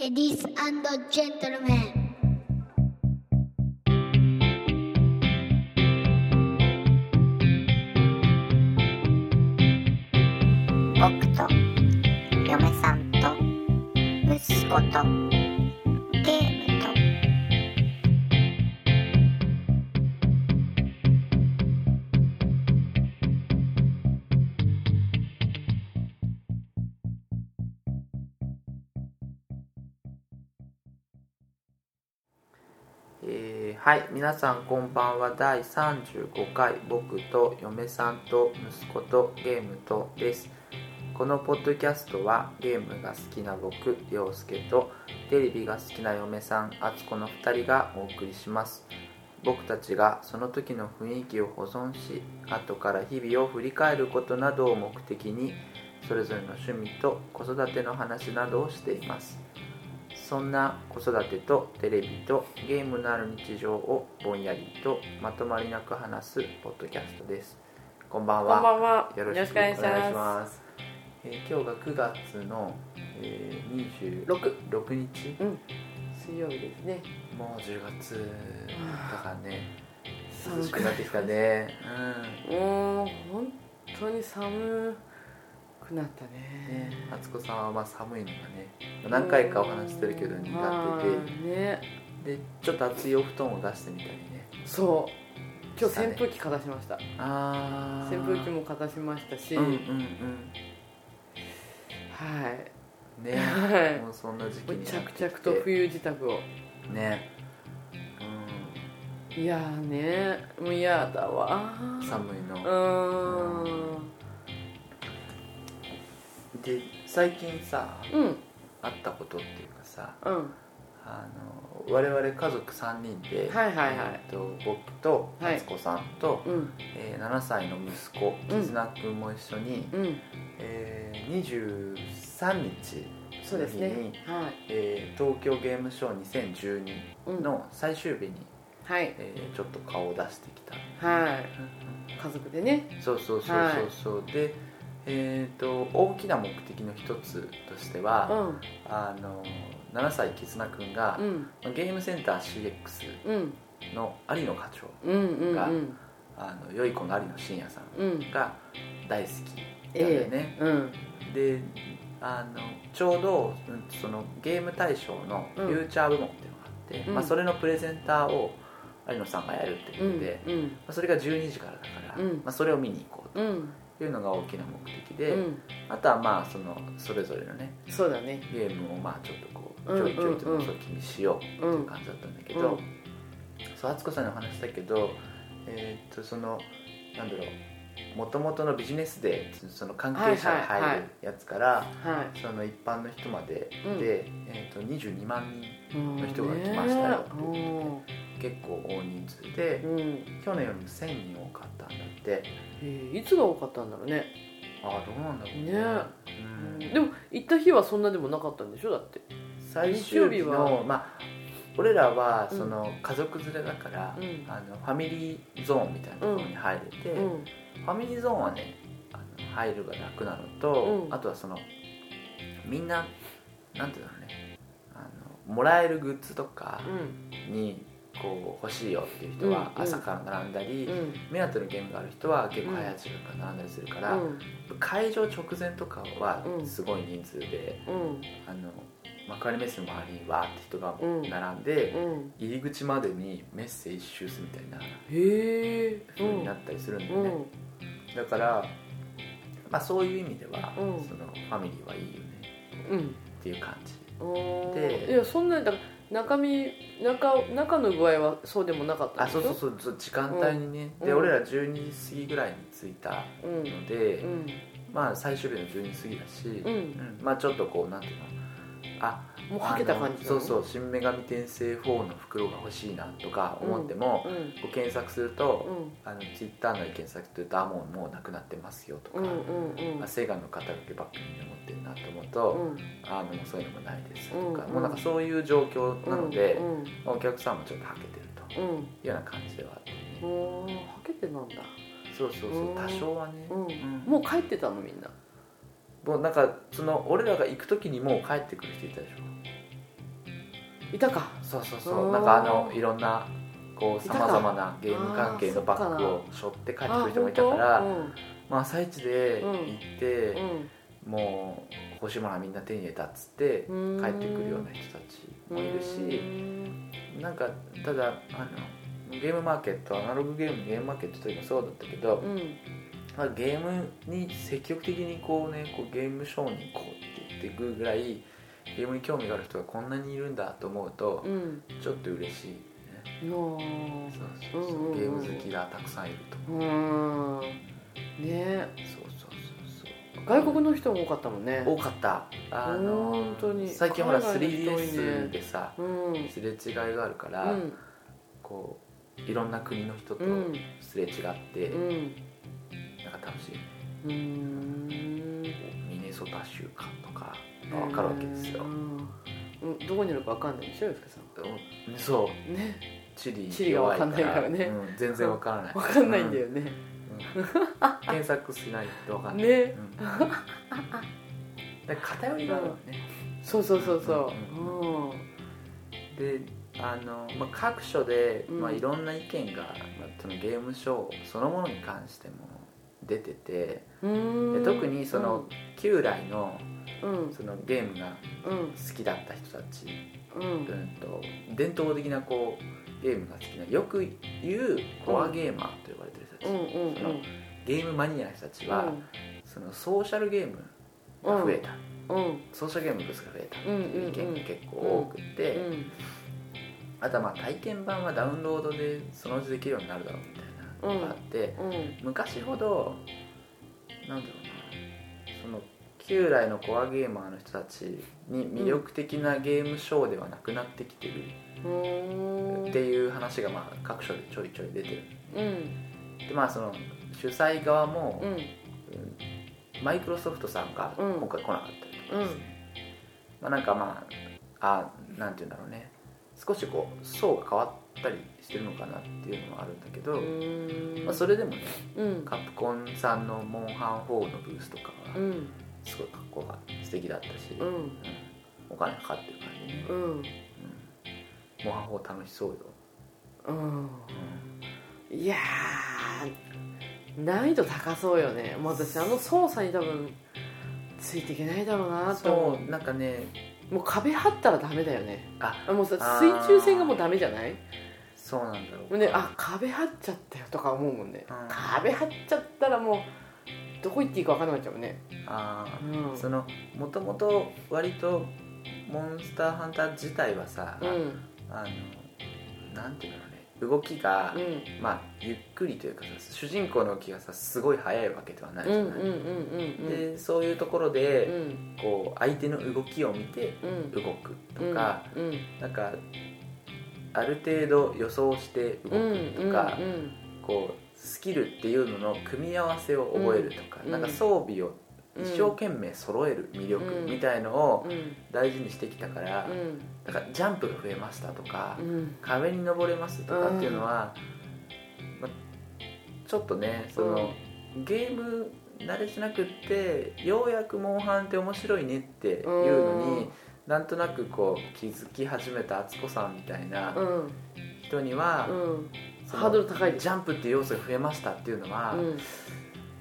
Ladies and gentlemen. 僕と嫁さんと息子とゲームとえーはい皆さんこんばんは第35回「僕と嫁さんと息子とゲームと」ですこのポッドキャストはゲームが好きな僕涼介とテレビが好きな嫁さんあつこの2人がお送りします僕たちがその時の雰囲気を保存し後から日々を振り返ることなどを目的にそれぞれの趣味と子育ての話などをしていますそんな子育てとテレビとゲームのある日常をぼんやりとまとまりなく話すポッドキャストですこんばんはこんばんは。よろしくお願いします。えー今日が9月の、えー、26 6日、うん水曜日ですね。もう10月だからね、涼寒しくくなってきたね。もう本当に寒くなったうん。ねね。、敦子さんはまあ寒いのがね、何回かお話ししてるけど苦手てて。ね。で、でちょっと厚いお布団を出してみたりね。そう。今日扇風機かざしました。ああ。扇風機。もかざしましたし、うんうんはい。うん。はね、いもうそんな時期もうになってき着て々と冬支度を。ね。いやーね、もう嫌だわう。ん。い。寒いの。うーん。で最近さうん。あったことっていうかさうん。あの我々家族3人で、はいはいはいえーと僕とはい敦子さんと、うん。えー7歳の息子うん絆くんも一緒に、うん。えー23日そうですの日ねに。はい。えー東京ゲームショー2012うん。の最終日に、はい。えーちょっと顔を出してきた、はい。家族でね。そうそうそうそうそう、で、えー、と大きな目的の一つとしては、うん。あの7歳絆くんが、うん。ゲームセンター CX うん。の有野課長うんうんがうんあの良い子の有野真也さんうんが大好きなんだよね、うんであのちょうどうんそのゲーム大賞のフうんューチャー部門っていうのがあって、うんまあ、それのプレゼンターを有野さんがやるってういうのんで、まうんあ、それが12時からだから、うんまあ、それを見に行こううんというのが大きな目的うで、んあとはまあそのそれぞれのねそうだねゲームをまあちょっとこううんちょいちょいとうんうん覗き見しようっていう感じだったんだけど、うんそう敦子さんのお話だけどえーっとそのなんだろうもともとのビジネスデーその関係者がはいはいは入いるやつから、はその一般の人まで、うんで、えーっと22万人いの人が来ましたようんね結構大人数で、うんうん去年よりも1000人多かったんだってえーいつが多かったんだろうねああどうなんだろうねねうんでも行った日はそんなでもなかったんでしょだって最終日日曜日のはまあ俺らはうんその家族連れだから、うんあのファミリーゾーンみたいなところに入れて、うんファミリーゾーンはねあの入るが楽なのと、うんあとはそのみんななんていうんだろうねあのもらえるグッズとかうんにこう欲しいよっていう人はうん朝から並んだり、うん目当てのゲームがある人は結構早い時間から並んだりするから、会場直前とかはうんすごい人数で、うんあの幕張メッセの周りにわーって人がうん並んで、うん入り口までにメッセージ周すみたいなへえう風んになったりするんだうよね、んだから、まあ、そういう意味では、うんそのファミリーはいいよねうんっていう感じおでーいやそんなだから中身中中の具合はそうでもなかったんあでしそょうそうそうそう時間帯にね、うんでうん俺ら12時過ぎぐらいに着いたうんので、うんまあ最終日の12時過ぎだし、うんうんまあちょっとこうなんていうのあもうはけた感あじのそうそう「新女神転生4」の袋が欲しいなとか思っても、ううんこう検索すると、うんあのツイッターの検索すると「あもうもうなくなってますよ」とか、うんうんうんまあ、セガの肩掛けバッグに持ってるなと思うと「うんあもうそういうのもないです」とか、うんもうなんかそういう状況なので、うんまあお客さんもちょっとはけてるとうんいうような感じではあってうね、んうんはけてなんだそうそうそううん多少はね、うんんもう帰ってたのみんなもうなんかその俺らが行く時にもう帰ってくる人いたでしょいたかそうそうそうおーなんかあのいろんなこういさたかまざまなゲーム関係のバッグを背負って帰ってくる人もいたからあ本まあ朝一で行って、当うんもう欲しいものはみんな手に入れたっつってうん帰ってくるような人たちもいるしうんなんかただあのゲームマーケットアナログゲームゲームマーケットというのもそうだったけど、うんまあ、ゲームに積極的にこうねこうゲームショーに行こうって言ってくぐらいゲームに興味がある人がこんなにいるんだと思うとうんちょっと嬉しいねいやーそうそうそううんうんうんゲーム好きがたくさんいるとうーんねそうそうそうそう外国の人も多かったもんね多かったあの本当に最近ほら海外の人多いね 3DS でさうんうんすれ違いがあるから、こういろんな国の人とうんすれ違って、うんなんか楽しいうーんミネソタ州間とかが分かるわけですよう、んうんどこにいるかわかんないでしょゆうすけさんうんそうね地地理理が弱わいかかんらないからねうん、全然わからないわかんないんだ、よねうんうん検索しないとわかんない、うねん、だから偏りがあるわねそうそうそうそうんうであの、まあ、各所で、うんまあ、いろんな意見が、まあ、そのゲームショーそのものに関しても出ててうんうでん特にその旧来のうんうんそのゲームがうん好きだった人たち、うんうん、と伝統的なこうゲームが好きなよく言うコアゲーマーと呼ばれてる人たち、うんうんそのゲームマニアの人たちは、そのソーシャルゲームうがん増えた、うんうんソーシャルゲームブースが増えたってうんいう意見が結構多くて、うんあとはまあ体験版はダウンロードでそのうちできるようになるだろうみたいなのがあって、うん昔ほどなんだろうなその旧来のコアゲーマーの人たちに魅力的なゲームショーではなくなってきてるうんっていう話がまあ各所でちょいちょい出てるうんでまあその主催側も、うんマイクロソフトさんがうん今回来なかったりとかですね、まあなんかまああなんて言うんだろうね少しこう層が変わったりしてるのかなっていうのはあるんだけど、うんまあ、それでもねうんカプコンさんのモンハン4のブースとかうはんすごい格好が素敵だったし、ううんんお金かかってる感じね、うんうんモンハン4楽しそうよ、うんうんいやー難易度高そうよねもう私あの操作に多分ついていけないだろうなと思そうなんかねうもう壁張ったらダメだよねああもうさあ水ー中戦がもうダメじゃないそうなんだろもううねあ壁張っちゃったよとか思うもんねうん壁張っちゃったらもうどこ行っていいか分かんなくなっちゃうもんねあーうんそのもともと割とモンスターハンター自体はさ、うんあのなんていうんだろうね動きが、うんまあゆっくりというかさ主人公の動きがさすごい速いわけではないじうゃんなうい、んうんうんうんでそういうところうで、んこう相手の動きを見てうん動くとか、うんなんかある程度予想して動うんくとか、うんうんこうスキルっていうのの組み合わせを覚えるとか、うんなんか装備をうん一生懸命揃える魅力うんみたいのを、うん大事にしてきたから、うんだからジャンプが増えましたとか、うん壁に登れますとかっていうのは、まちょっとねその、ゲーム慣れしなくってようやく「モンハンって面白いね」っていうのに、うんなんとなくこう気づき始めた敦子さんみたいなうん人には、うんそのハードル高いジャンプっていう要素が増えましたっていうのは、うん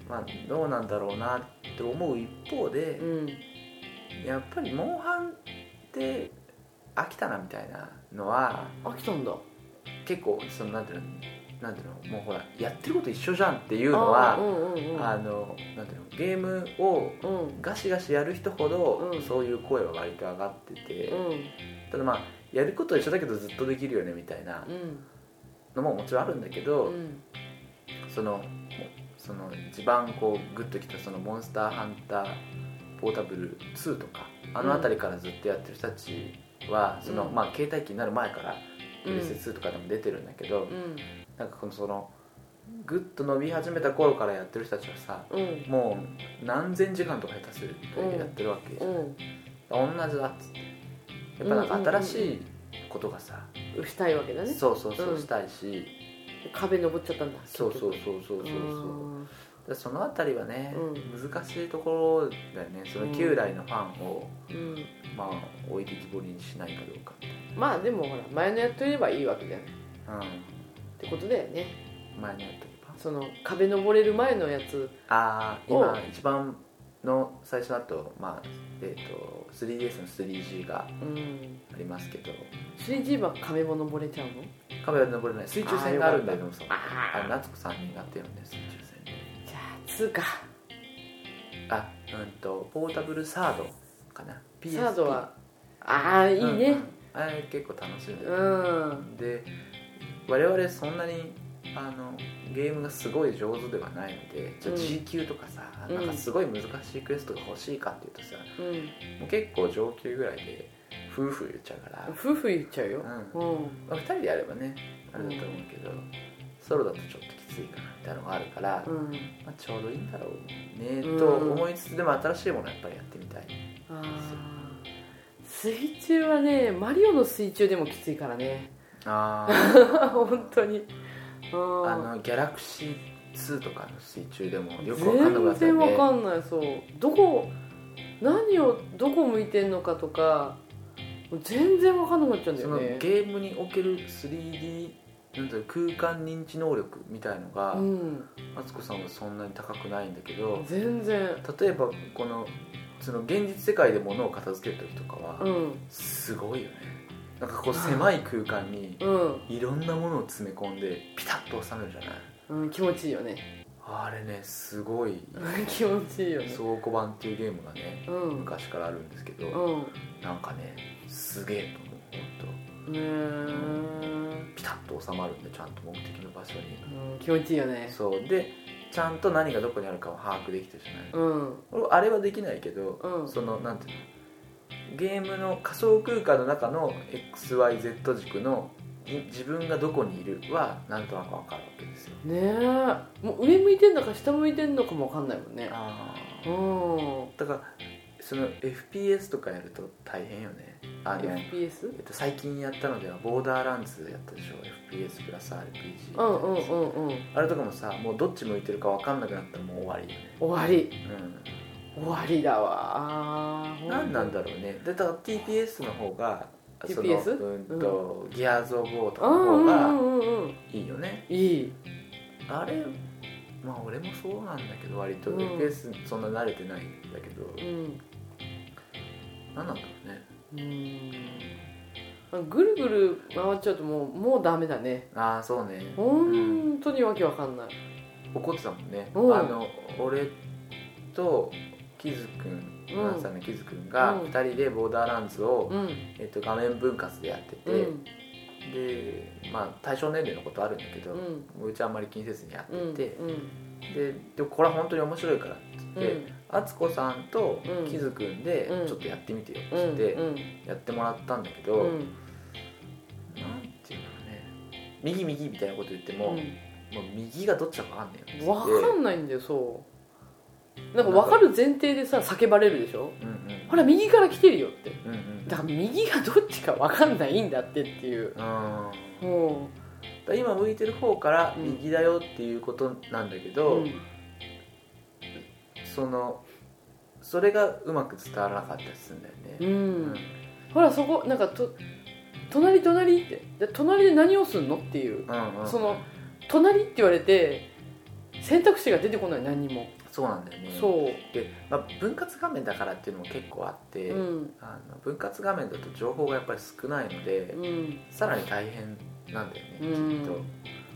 まあ、どうなんだろうなって思う一方で、うんやっぱり「モンハンって飽きたなみたいなのは飽きたんだ結構そのなんていうのなんていうのもうほらやってること一緒じゃんっていううのはんうんうんあのなんていうのゲームをうんガシガシやる人ほど、うんそういう声は割と上がってて、うんただまあやること一緒だけどずっとできるよねみたいなうんのももちろんあるんだけど、うんそのもうその一番こうグッときたそのモンスターハンターポータブル2とかあの辺りからずっとやってる人たちは、そのうんまあ、携帯機になる前からうん PS2 とかでも出てるんだけど、うんなんかこのそのグッと伸び始めた頃からやってる人たちはさうんもう何千時間とか下手するとうんやってるわけじゃん、うん同じだっつってやっぱなんか新しいことがさ、したいわけだねそうそうそううんしたいし、壁登っちゃったんだそうそう結そうそうそう局そうでそのあたりはね、う難しいところだよねその旧来のファンを、うんうんまあ置いてきぼりにしないかどうかみたいまあでもほら前のやっといればいいわけじゃないってことだよねうん前のやっとけばその壁登れる前のやつああお今一番の最初だとまあえっ、と 3DS の 3G がうんありますけど 3G は壁も登れちゃうのカメラで登れない水中線があるんだけどそうあーあれ夏子さん苦手なんです水中線じゃあ通かあうんとポータブルサードかな PSP サードはああいいうんねうんあれ結構楽しいんだうよ、ん、で我々そんなにあのゲームがすごい上手ではないのでじゃあうん G 級とかさ、うんなんかすごい難しいクエストが欲しいかっていうとさうん、もう結構上級ぐらいで夫婦言っちゃうから、夫婦言っちゃうよううんまあ、2人でやればねあれだと思うけど、ソロだとちょっときついかなみたいなのがあるから、うんまあ、ちょうどいいんだろうねうんと思いつつでも新しいものはやっぱりやってみたいああ水中はねマリオの水中でもきついからねあ本当にう んあのギャラクシー2とかの水中でもよくわかんなくな全ったよ然わかねんないそうどこ何をどこ向いてんのかとかもう全然わかんなくなっちゃうんだそよのねゲームにおける 3D なんだろう空間認知能力みたいのがうんマツコさんはそんなに高くないんだけど全然例えばこのその現実世界で物を片付ける時とかは、うんすごいよねなんかこう狭い空間にうん、いろんなものを詰め込んでピタッと収めるじゃないうん、気持ちいいよね あれねすごい気持ちいいよね倉庫版っていうゲームがねうん昔からあるんですけど、うんなんかねすげえと思うほんねーとピタッと収まるんでちゃんと目的の場所にうん気持ちいいよねそうでちゃんと何がどこにあるかを把握できてるじゃない、うん俺あれはできないけど、うんそのなんていうのゲームの仮想空間の中の XYZ 軸のい自分がどこにいるはなんとなくわかるわけですよねえもう上向いてんのか下向いてんのかもわかんないもんねあうんだからその FPS とかやると大変よねあの、え FPS? っと、最近やったのではボーダーランズやったでしょ FPS プラス RPG みうたいなんやつうんうんうんあれとかもさもうどっち向いてるかわかんなくなったらもう終わりよね終わりうん終わりだわ何なんだろうねでだから TPS の方がその TPS うんと、ギアーズ・オブ・ウォーとかうの方んうんがうんうんいいよね、いいあれまあ俺もそうなんだけど割とうん TPS そんな慣れてないんだけど、うん何なんだろうねうんぐるぐる回っちゃうともうもうダメだねああそうね本当にわけわかんない怒ってたもんねあうんの俺とキズくんうん7歳のキズくんがうん2人でボーダーランズを、うんえっと、画面分割でやってうて、んでまあ対象年齢のことあるんだけど、ううんちはあんまり気にせずにやってうんうんて、ででもこれは本当に面白いからって言って、敦子さんとうんキズくんでうんちょっとやってみてようんうっつんってうんやってもらったんだけど、なんていうのかね右右みたいなこと言っても、もう右がどっちだかわかんないうんよわかんないんだよそうなんかわかる前提でさ叫ばれるでしょうんうんほら右から来てるよってうんうんだから右がどっちかわかんないんだってっていううんもだから今向いてる方からうん右だよっていうことなんだけうど、うんそのそれがうまく伝わらなかったりするんだようね、んほらそこなんかと隣隣ってで隣で何をすんのっていううんうんその隣って言われて選択肢が出てこない何にも、そうなんだよねそで、まあ、分割画面だからっていうのも結構あって、ううんあの分割画面だと情報がやっぱり少ないので、うんさらに大変なんだよね、うんきっと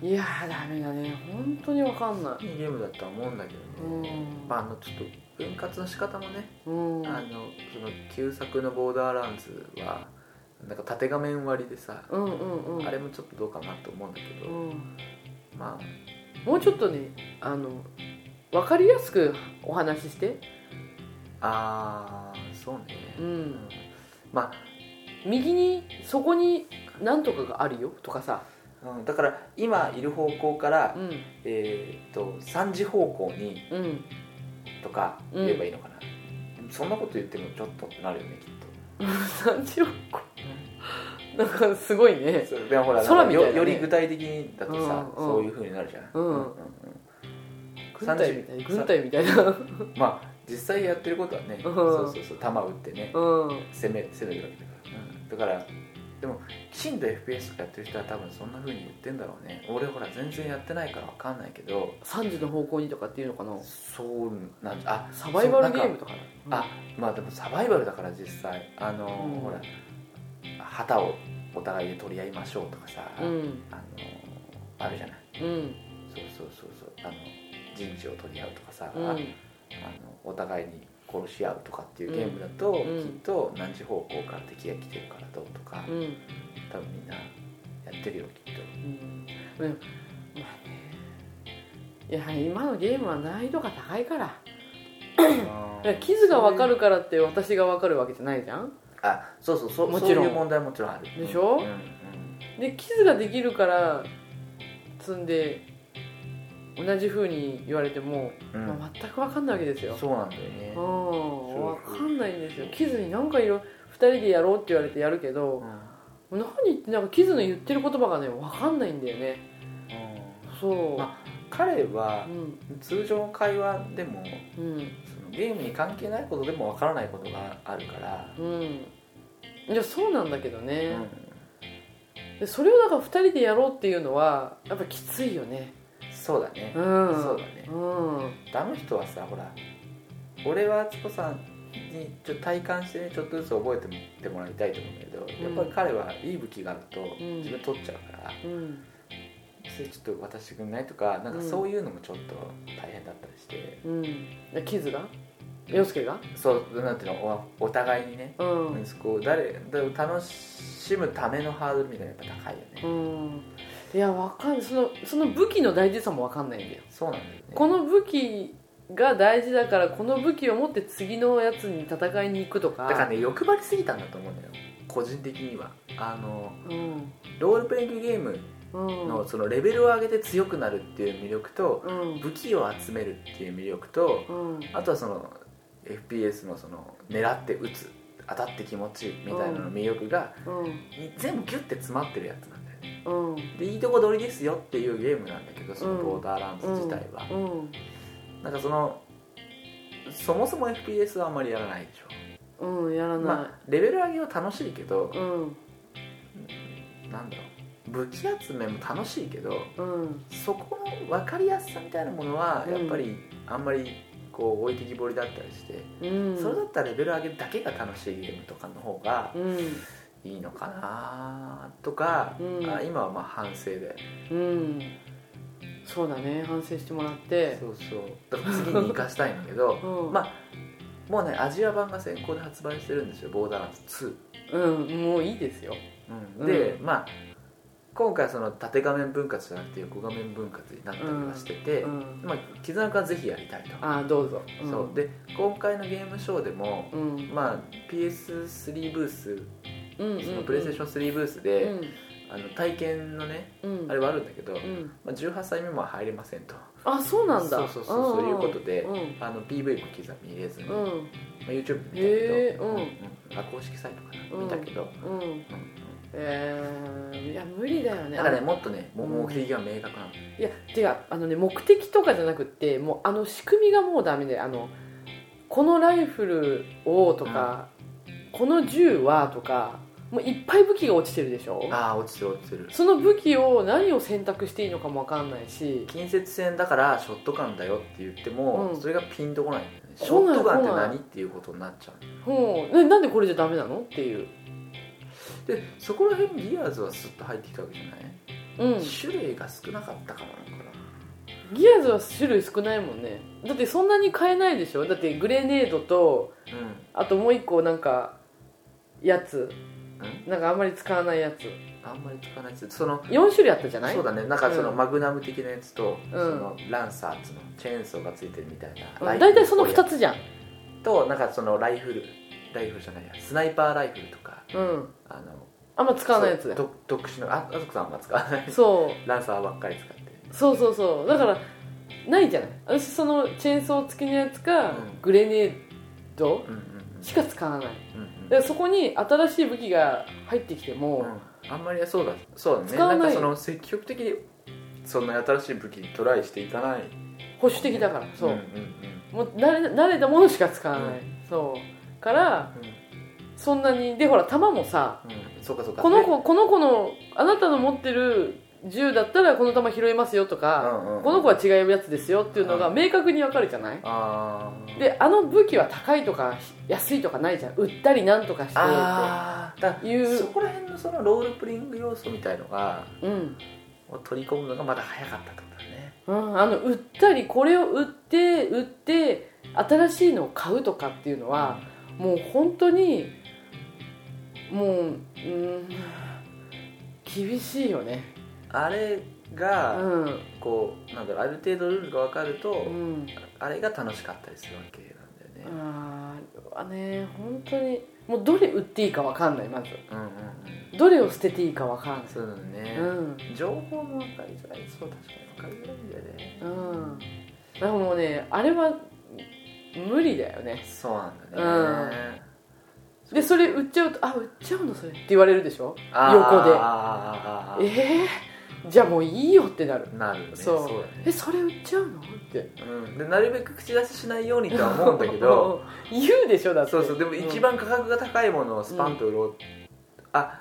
いやーダメだね本当にわかんないいゲームだとは思うんだけどいね、うんまあ、あのちょっと分割の仕方もね、うんあのその旧作の「ボーダーランズは」なんか縦画面割りでさ、うんうんうんあれもちょっとどうかなと思うんだけうど、んまあもうちょっとねあのわかりやすくお話ししてあーそうね、ううんんま右にそこに何とかがあるよとかさあ、うんだから今いる方向から、うんえーっと3時方向にうんとか言えばいいのかな、そんなこと言ってもちょっとってなるよねきっ三十億なんかすごいねとでもほら空みたいだねよより具体的にだとさ、うんそうんういうふうになるじゃん、うんうんうん軍隊みたいな30軍隊みたいなまあ実際やってることはね、うんそうそうそう弾打ってね、うん攻め攻めるわけだから、うんだからでもきちんと FPS とかやってる人は多分そんな風に言ってんだろうね俺ほら全然やってないからわかんないけど30の方向にとかっていうのかなそうなんあサバイバルゲームムとかねあまあでもサバイバルだから実際あのーうんほら旗をお互いで取り合いましょうとかさ、うんあのーあるじゃないうんそうそうそうそうあの人事を取り合うとかさ、うんあのお互いに殺し合うとかっていうゲームだと、うんきっと何時方向から敵が来てるからどうとか、うん多分みんなやってるよきっとうんでもまあねやはり今のゲームは難易度が高いからいや傷が分かるからって私が分かるわけじゃないじゃんあそうそうそうもちろんそういう問題もちろんあるでしょうんうんで傷ができるから積んで同じ風に言われても、うんうんまあ全く分かんないわけですよそうなんだよねう、そんう分かんないんですよキズに何かいろ2人でやろうって言われてやるけど何言ってなんかキズの言ってる言葉がね分かんないんだよねうんうんそう、ま彼はうん通常の会話でもうんそのゲームに関係ないことでもわからないことがあるから、うんいやそうなんだけどうね、んでそれをだから2人でやろうっていうのはやっぱきついよねそうだねう、んそうだねうんあの人はさほら俺は敦子さんにちょっと体感してねちょっとずつ覚えてもらってもらいたいと思うんだけど、んやっぱり彼はいい武器があるとん自分取っちゃうから、うんそれちょっと渡してくんないとかなんかそういうのもちょっと大変だったりして、うんいやキズが洋介がそうなんていうのおお互いにね、うん息子を誰だ楽しむためのハードルみたいなのやっぱ高いよね、うんいやわかんないそのその武器の大事さもわかんないんだよそうなんだよねこの武器が大事だからこの武器を持って次のやつに戦いに行くとかだからね欲張りすぎたんだと思うんだよ個人的にはあのうんロールプレイングゲームうんのそのレベルを上げて強くなるっていう魅力とうん武器を集めるっていう魅力とうんあとはその FPS のその狙って撃つ当たって気持ちいいみたいなのの魅力がうん全部ギュッて詰まってるやつなんだよねうんでいいとこ取りですよっていうゲームなんだけどそのボーダーランズ自体は、うんなんかそのそもそも FPS はあんまりやらないでしょ、うんやらない、まあ、レベル上げは楽しいけど、うんなんだろう武器集めも楽しいけどうんそこの分かりやすさみたいなものはうんやっぱりあんまりこう置いてきぼりだったりして、うんそれだったらレベル上げだけが楽しいゲームとかの方がうんいいのかなとか、うんあ今はまあ反省でうんそうだね反省してもらってそうそうだから次に生かしたいんだけど、 うんまあもうねアジア版が先行で発売してるんですよ「ボーダーランズ2」うんもういいですようんうんで、まあ今回その縦画面分割じゃなくて横画面分割になったりはしてて、うんまあ、絆君はぜひやりたいと、ああどうぞんそうで今回のゲームショーでも、うんまあ、PS3 ブースうんうんそのプレイステーション3ブースで、あの体験のねうんうんあれはあるんだけど、うんまあ、18歳未満は入れませんとあそうなんだそうそうそうそういうことで、うんあの PV も刻み入れずに、うまんあ、YouTube 見たけど、へーうんうんあ公式サイトかな、うん見たけど、うんうんえー、いや無理だよねだからねもっとねもうん目的が明確なの、いやてかあのね目的とかじゃなくってもうあの仕組みがもうダメであのこのライフルをとか、この銃はとかもういっぱい武器が落ちてるでしょああ落ちてる落ちてるその武器を何を選択していいのかもわかんないし近接戦だからショットガンだよって言っても、うんそれがピンとこないんだよね来ないショットガンって来ない何っていうことになっちゃうもうななんでこれじゃダメなのっていう、でそこら辺ギアーズはスッと入ってきたわけじゃない、うん、種類が少なかったからなのかギアーズは種類少ないもんねだってそんなに買えないでしょだってグレネードとなうんあともう一個なんかやつなんかあんまり使わないやつあんまり使わないやつその4種類あったじゃないそうだねなんかそのうんマグナム的なやつと、んそのランサーっつうのチェーンソーがついてるみたいなうんライ大フル体その2つじゃんとなんかそのライフルライフルじゃないやスナイパーライフルとかうんあのあんま使わないやつそうだよと特殊のああずこさんはあんま使わないそランサーばっかり使ってうそうそうそうだからないじゃない私そのチェーンソー付きのやつか、うんグレネードうんうんしか使わないうんだからそこに新しい武器が入ってきてうも、んうんあんまりそうだそうだね使わなんかいその積極的にそんな新しい武器にトライしていかない保守的だからそう、んんもう慣れ慣れたものしか使わない、そうからうんそんなにでほら弾もさうん、そうかそうかこの子この子のあなたの持ってる銃だったらこの弾拾えますよとか、この子は違うやつですよっていうのがう明確に分かるじゃないあーであの武器は高いとか安いとかないじゃん売ったりなんとかしてあーだからいうそこら辺のそのロールプレイング要素みたいのがうん、を取り込むのがまだ早かったってことだねうん、あの売ったりこれを売って売って新しいのを買うとかっていうのはもう本当にもううん厳しいよねあれうがん、こうなんだろうある程度ルールが分かると、うん、あれが楽しかったりするわけなんだよねあーあれはね本当にもうどれ売っていいかわかんないまずうんうんうんどれを捨てていいかわかんそうだねない、うん情報も分かりづらいそう確かに分かりづらいんだよねうんだからもうねあれは無理だよねそうなんだね、でそれ売っちゃうと「あ売っちゃうのそれ」って言われるでしょあー横であーあーあーえー、じゃあもういいよってなるなるねそうそうだねえそれ売っちゃうのってうん、でなるべく口出ししないようにとは思うんだけど 言うでしょだっ てそうそうでも一番価格が高いものをスパンと売ろう、あ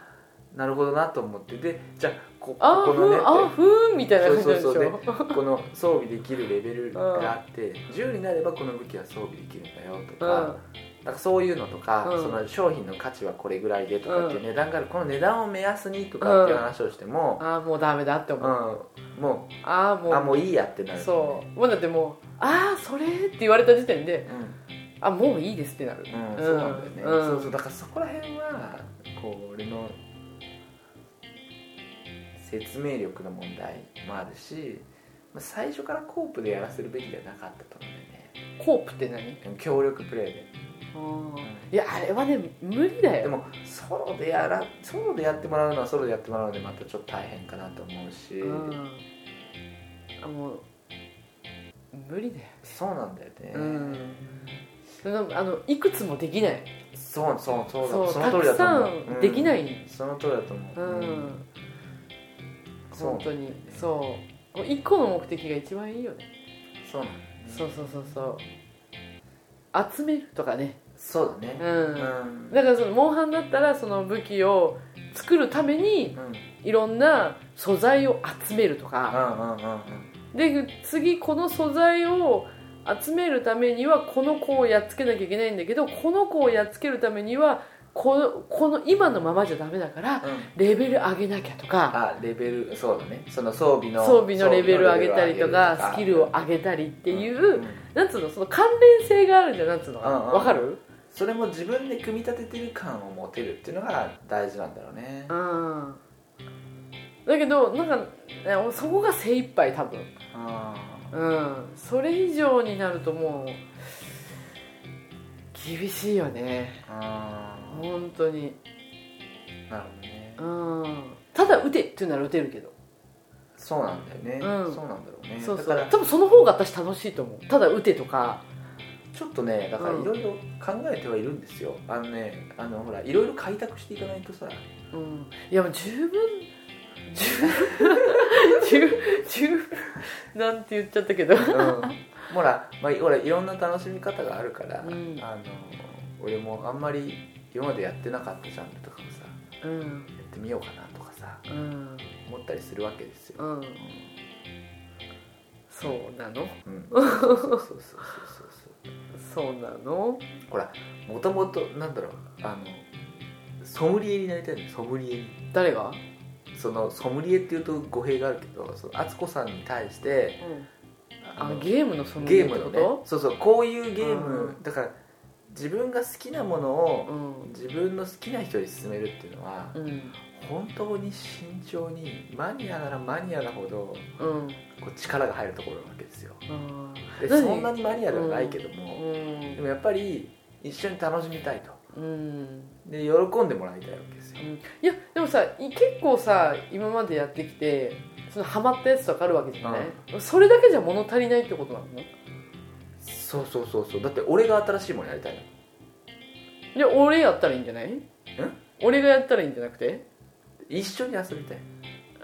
なるほどなと思ってでじゃあこうんあここーのふねんあーっふんみたいな感じなんでしそょうそうそうてこの装備できるレベルがあって、10になればこの武器は装備できるんだよとか,、なんかそういうのとか、うんその商品の価値はこれぐらいでとかっていうう値段があるこの値段を目安にとかっていう話をしても、ああもうダメだってうん思う、もああもううあもういいやってなる、ね、そうもうだってもうああそれって言われた時点でうんあもういいですってなるうん、そうなんだよね、うんそうそうだからそこら辺はこう俺の説明力の問題もあるしまあ最初からコープでやらせるべきではなかったと思うんだよねコープって何でも協力プレイでいやあれはね無理だでよもソロでやらソロでやってもらうのはソロでやってもらうのでまたちょっと大変かなと思うし、うんあもう無理だよ、そうなんだよね、うんそのあのいくつもできないそうそうそうだそうそたの通くりだとさ思う、うんんできない、その通りだと思う、うんそう本当にそう一個の目的が一番いいよね、そうなんだよねそうそうそうそう集めるとかねそうだねうん、うんだからそのモンハンだったらその武器を作るためにうんいろんな素材を集めるとうか、んうんうんうんで次この素材を集めるためにはこの子をやっつけなきゃいけないんだけどこの子をやっつけるためにはこのこの今のままじゃダメだからレベル上げなきゃとかあレベルそうだねその装備の装備のレベル上げたり装とかス備キのレベルを上げたりってい上げるとかう、んなんつうのその関連性があるじゃんなんつうのうんうんわかるそれも自分で組み立ててる感を持てるっていうのが大事なんだろうねうんだけどなんかねそこが精一杯多分あうんそれ以上になるともう厳しいよねあ本当になるほどねうんただ打てっていうなら打てるけど、そうなんだよねうんそうなんだろうねそうだそからう多分その方が私楽しいと思うただ打てとかちょっとねだからいろいろ考えてはいるんですよあのねあのほらいろいろ開拓していかないとさうんいやもう十分十分十分なんて言っちゃったけどうん、 ほら、まあ、ほらいろんな楽しみ方があるから、うんあの俺もあんまり今までやってなかったジャンルとかもさやうんってみようかなとかさうん思ったりするわけですよ、うんそうなのうん、そうそうそうそうそうそうそうなのほらもともとなんだろうあのソムリエになりたいのよソムリエに誰がそのソムリエっていうと語弊があるけどその敦子さんに対してあのゲームのそのゲーっムてのこねとそうそうこういうゲーム、うだから自分が好きなものをうん自分の好きな人に勧めるっていうのはうん本当に慎重にマニアならマニアなほどうんこう力が入るところなわけですようんで何そんなにマニアではないけどうも、でんもやっぱり一緒に楽しみたいとうんで喜んでもらいたいわけですよいやでもさい結構さ今までやってきてそのハマったやつとかあるわけじゃない、それだけじゃ物足りないってことなのそうそうそうそうだって俺が新しいものやりたいので俺やったらいいんじゃない俺がやったらいいんじゃなくて一緒に遊びたい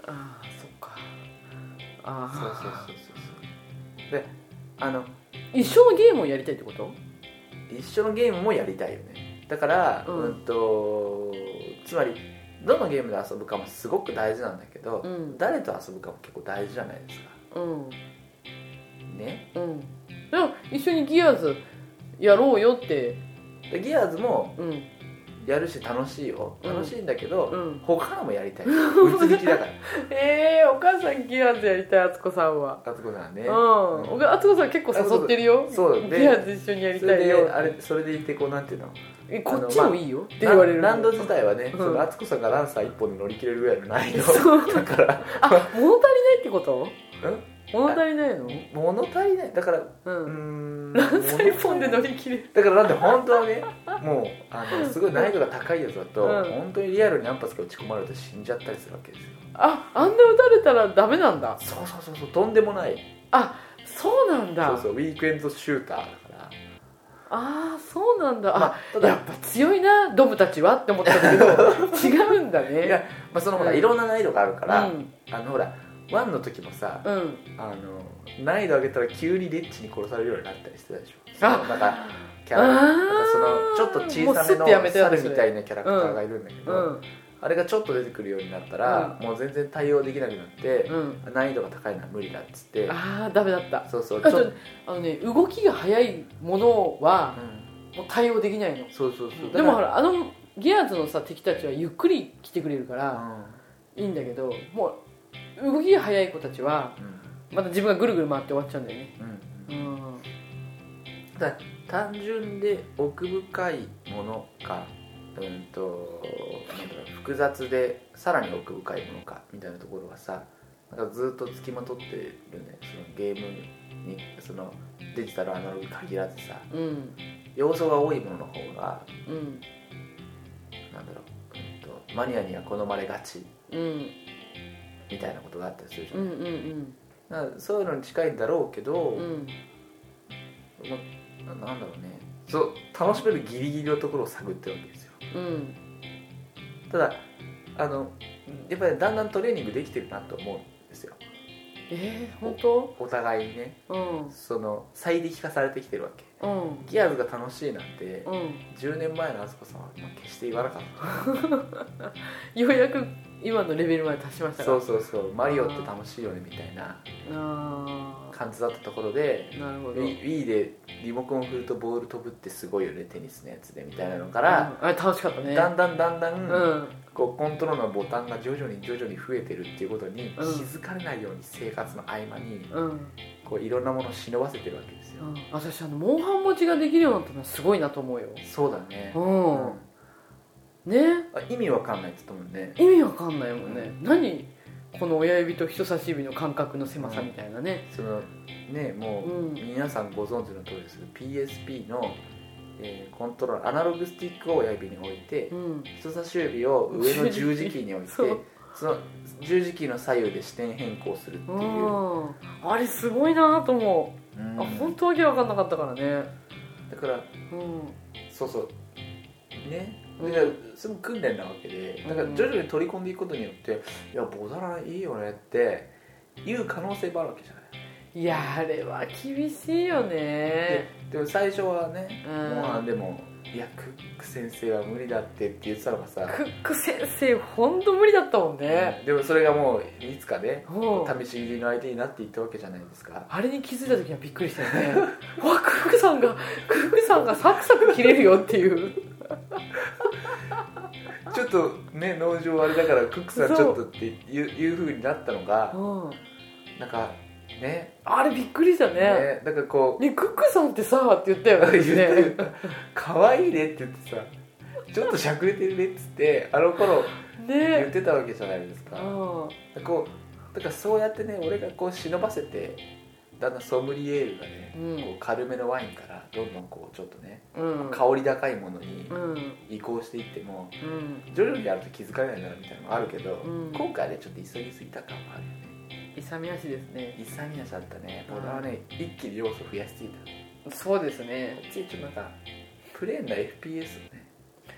ああそっかそうそうそうああそうそうであの一緒のゲームをやりたいってこと一緒のゲームもやりたいよねだから、ううんん、とつまりどのゲームで遊ぶかもすごく大事なんだけど、うん誰と遊ぶかも結構大事じゃないですかうんねうんでも一緒にギアーズやろうよってでギアーズもうんやるし楽しいようん楽しいんだけど、うん他のもやりたい物理き だからえー、お母さんギアーズやりたい敦子さんはあつこさんねうんお母敦子さん結構誘ってるよそうそうでギアーズ一緒にやりそたれいでよあれそれでいてこうなんていうのえこっちもいいよって言なわれるランド自体はね、うんその敦子さんがランサー一本で乗り切れるぐらいの内容そうだからあ物足りないってことうん物足りないの物足りないだからううーんんランサ一本で乗りり切れるだからなんで本当はねもうあのすごい難易度が高いやつだと、うん本当にリアルに何発か打ち込まれると死んじゃったりするわけですよああんな打たれたらダメなんだそうそうそうそうとんでもないそうなんだそうそうウィークエンドシューターだからああそうなんだ、まあたあだやっぱ強いなドブたちはって思ったんだ けど違うんだねいや、まあ、そのほらうんいろんな難易度があるかうら、んあのほらワンの時もさうんあの難易度上げたら急にリッチに殺されるようになったりしてたでしょあそのなんかキャあラーなんかそのちょっと小もうすってさやめめのたやつ猿みたいなキャラクターがいるんだけうど、んあれがちょっと出てくるようになったら、もう全然対応できなくなってう、ん難易度が高いのは無理だっつってああダメだったそうそうちょあっと、ちうょあのね動きが速いものはん、もう対応できないのそうそうそうでもほら、らあのギアーズのさ敵たちはゆっくり来てくれるかうらんいいんだけどもう動きが速い子たちはまた自分がぐるぐる回って終わっちゃうんだよねうんううん、んただ単純で奥深いものかうんとなんだろう複雑でさらに奥深いものかみたいなところはさなんかずっとつきまとってるねそのゲームにそのデジタルアナログ限らずさうん要素が多いものの方がうんなんだろう、うんと、マニアには好まれがちうんみたいなことがあったりするじゃ、うんんうんだからそういうのに近いんだろうけど、うんうんもうななんだろうねそう楽しめるギリギリのところを探ってるわけですようんただあのやっぱりだんだんトレーニングできてるなと思うんですよえー、本お互いにね当うんその最適化されてきてるわけうんギアーズが楽しいなんて、うん10年前のあつこさんはまあ決して言わなかっようやく今のレベルまで達しましたそたかうそうそうマリオって楽しいよねみたいなあ感じだったところであなるほど Wii Wii でリモコン振るとボール飛ぶってすごいよねテニスのやつでみたいなのか、からあれ楽しかったねだんだんだんだん、うんこうコントロールのボタンが徐々に徐々に増えてるっていうことに気うんづかれないように生活の合間にうん、こういろんなものを忍ばせてるわけですよ、うん、私あのモンハン持ちができるようになったのはすごいなと思うよそうだね、うん、うんねあ意味わかんないって言ったもんね意味わかんないもんね、何この親指と人差し指の間隔の狭さみたいなねそのねもう、うん皆さんご存知の通りですけど PSP の、えーコントロールアナログスティックを親指に置いてうん人差し指を上の十字キーに置いて そそうの十字キーの左右で視点変更するってういう、んあれすごいなと思うう、んあ本当わけわかんなかったからねだからうんそうそうねうんでそれも訓練なわけでだからうん徐々に取り込んでいくことによって「いやボダラいいよね」って言う可能性もあるわけじゃないいやあれは厳しいよねででも最初はねうもんうあでも「いやクック先生は無理だって」って言ってたのがさ、クック先生本当無理だったもんね、でもそれがもういつかねうん試し入りの相手になっていったわけじゃないですかあれに気づいた時はびっくりしたよね うわクックさんがクックさんがサクサク切れるよっていうちょっとね農場あれだからクックさんちそょうっとっていういうふうになったのがうんなんかねあれびっくりしたねねだからこうねクックさんってさって言ったよね 言った可愛いねって言ってさちょっとしゃくれてるねっつってあの頃言っねてたわけじゃないですうかんこうだからそうやってね俺がこう忍ばせてだんだんソムリエールがね、うんこう軽めのワインからどんどんこうちょっとねうん香り高いものにうん移行していってもうん徐々にやると気づかれないなみたいなのもあるけど、うん今回ねちょっと急ぎすぎた感もあるよね勇み足ですね勇み足だったね俺はね一気に要素増やしすぎたこそうですねっちちょっとなんかプレーンな FPS をね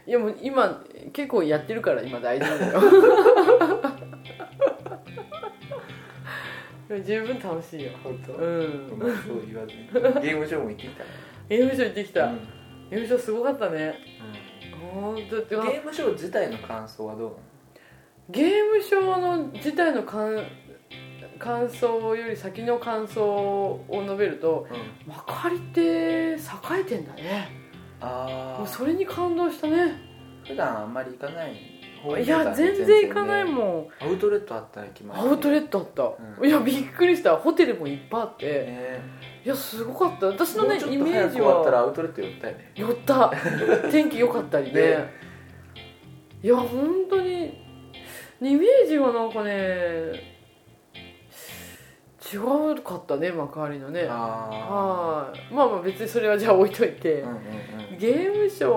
いやもう今結構やってるから今大丈夫だよでも十分楽しいよ本当うんまあそう言わずにゲーム上も行ってきたゲームショー行ってきた、うんゲームショーすごかったねう本当ってゲームショー自体の感想はどうゲームショーの自体の感感想より先の感想を述べるとなの、うん、まかりって栄えてんだねあもあうそれに感動したね普段あんまり行かない方いや全然行かないんもんアウトレットあったら行きますアウトレットあった、うんいやびっくりしたホテルもいっぱいあってねいやすごかった私のもうねちょっイとメ早ーくジ終わったらはアウトレット寄ったよね寄った天気良かったりねねいや本当にイメージはなんかね違うかったね幕張のねはいあまあまあ別にそれはじゃあ置いといて、あうんうんうんゲームショ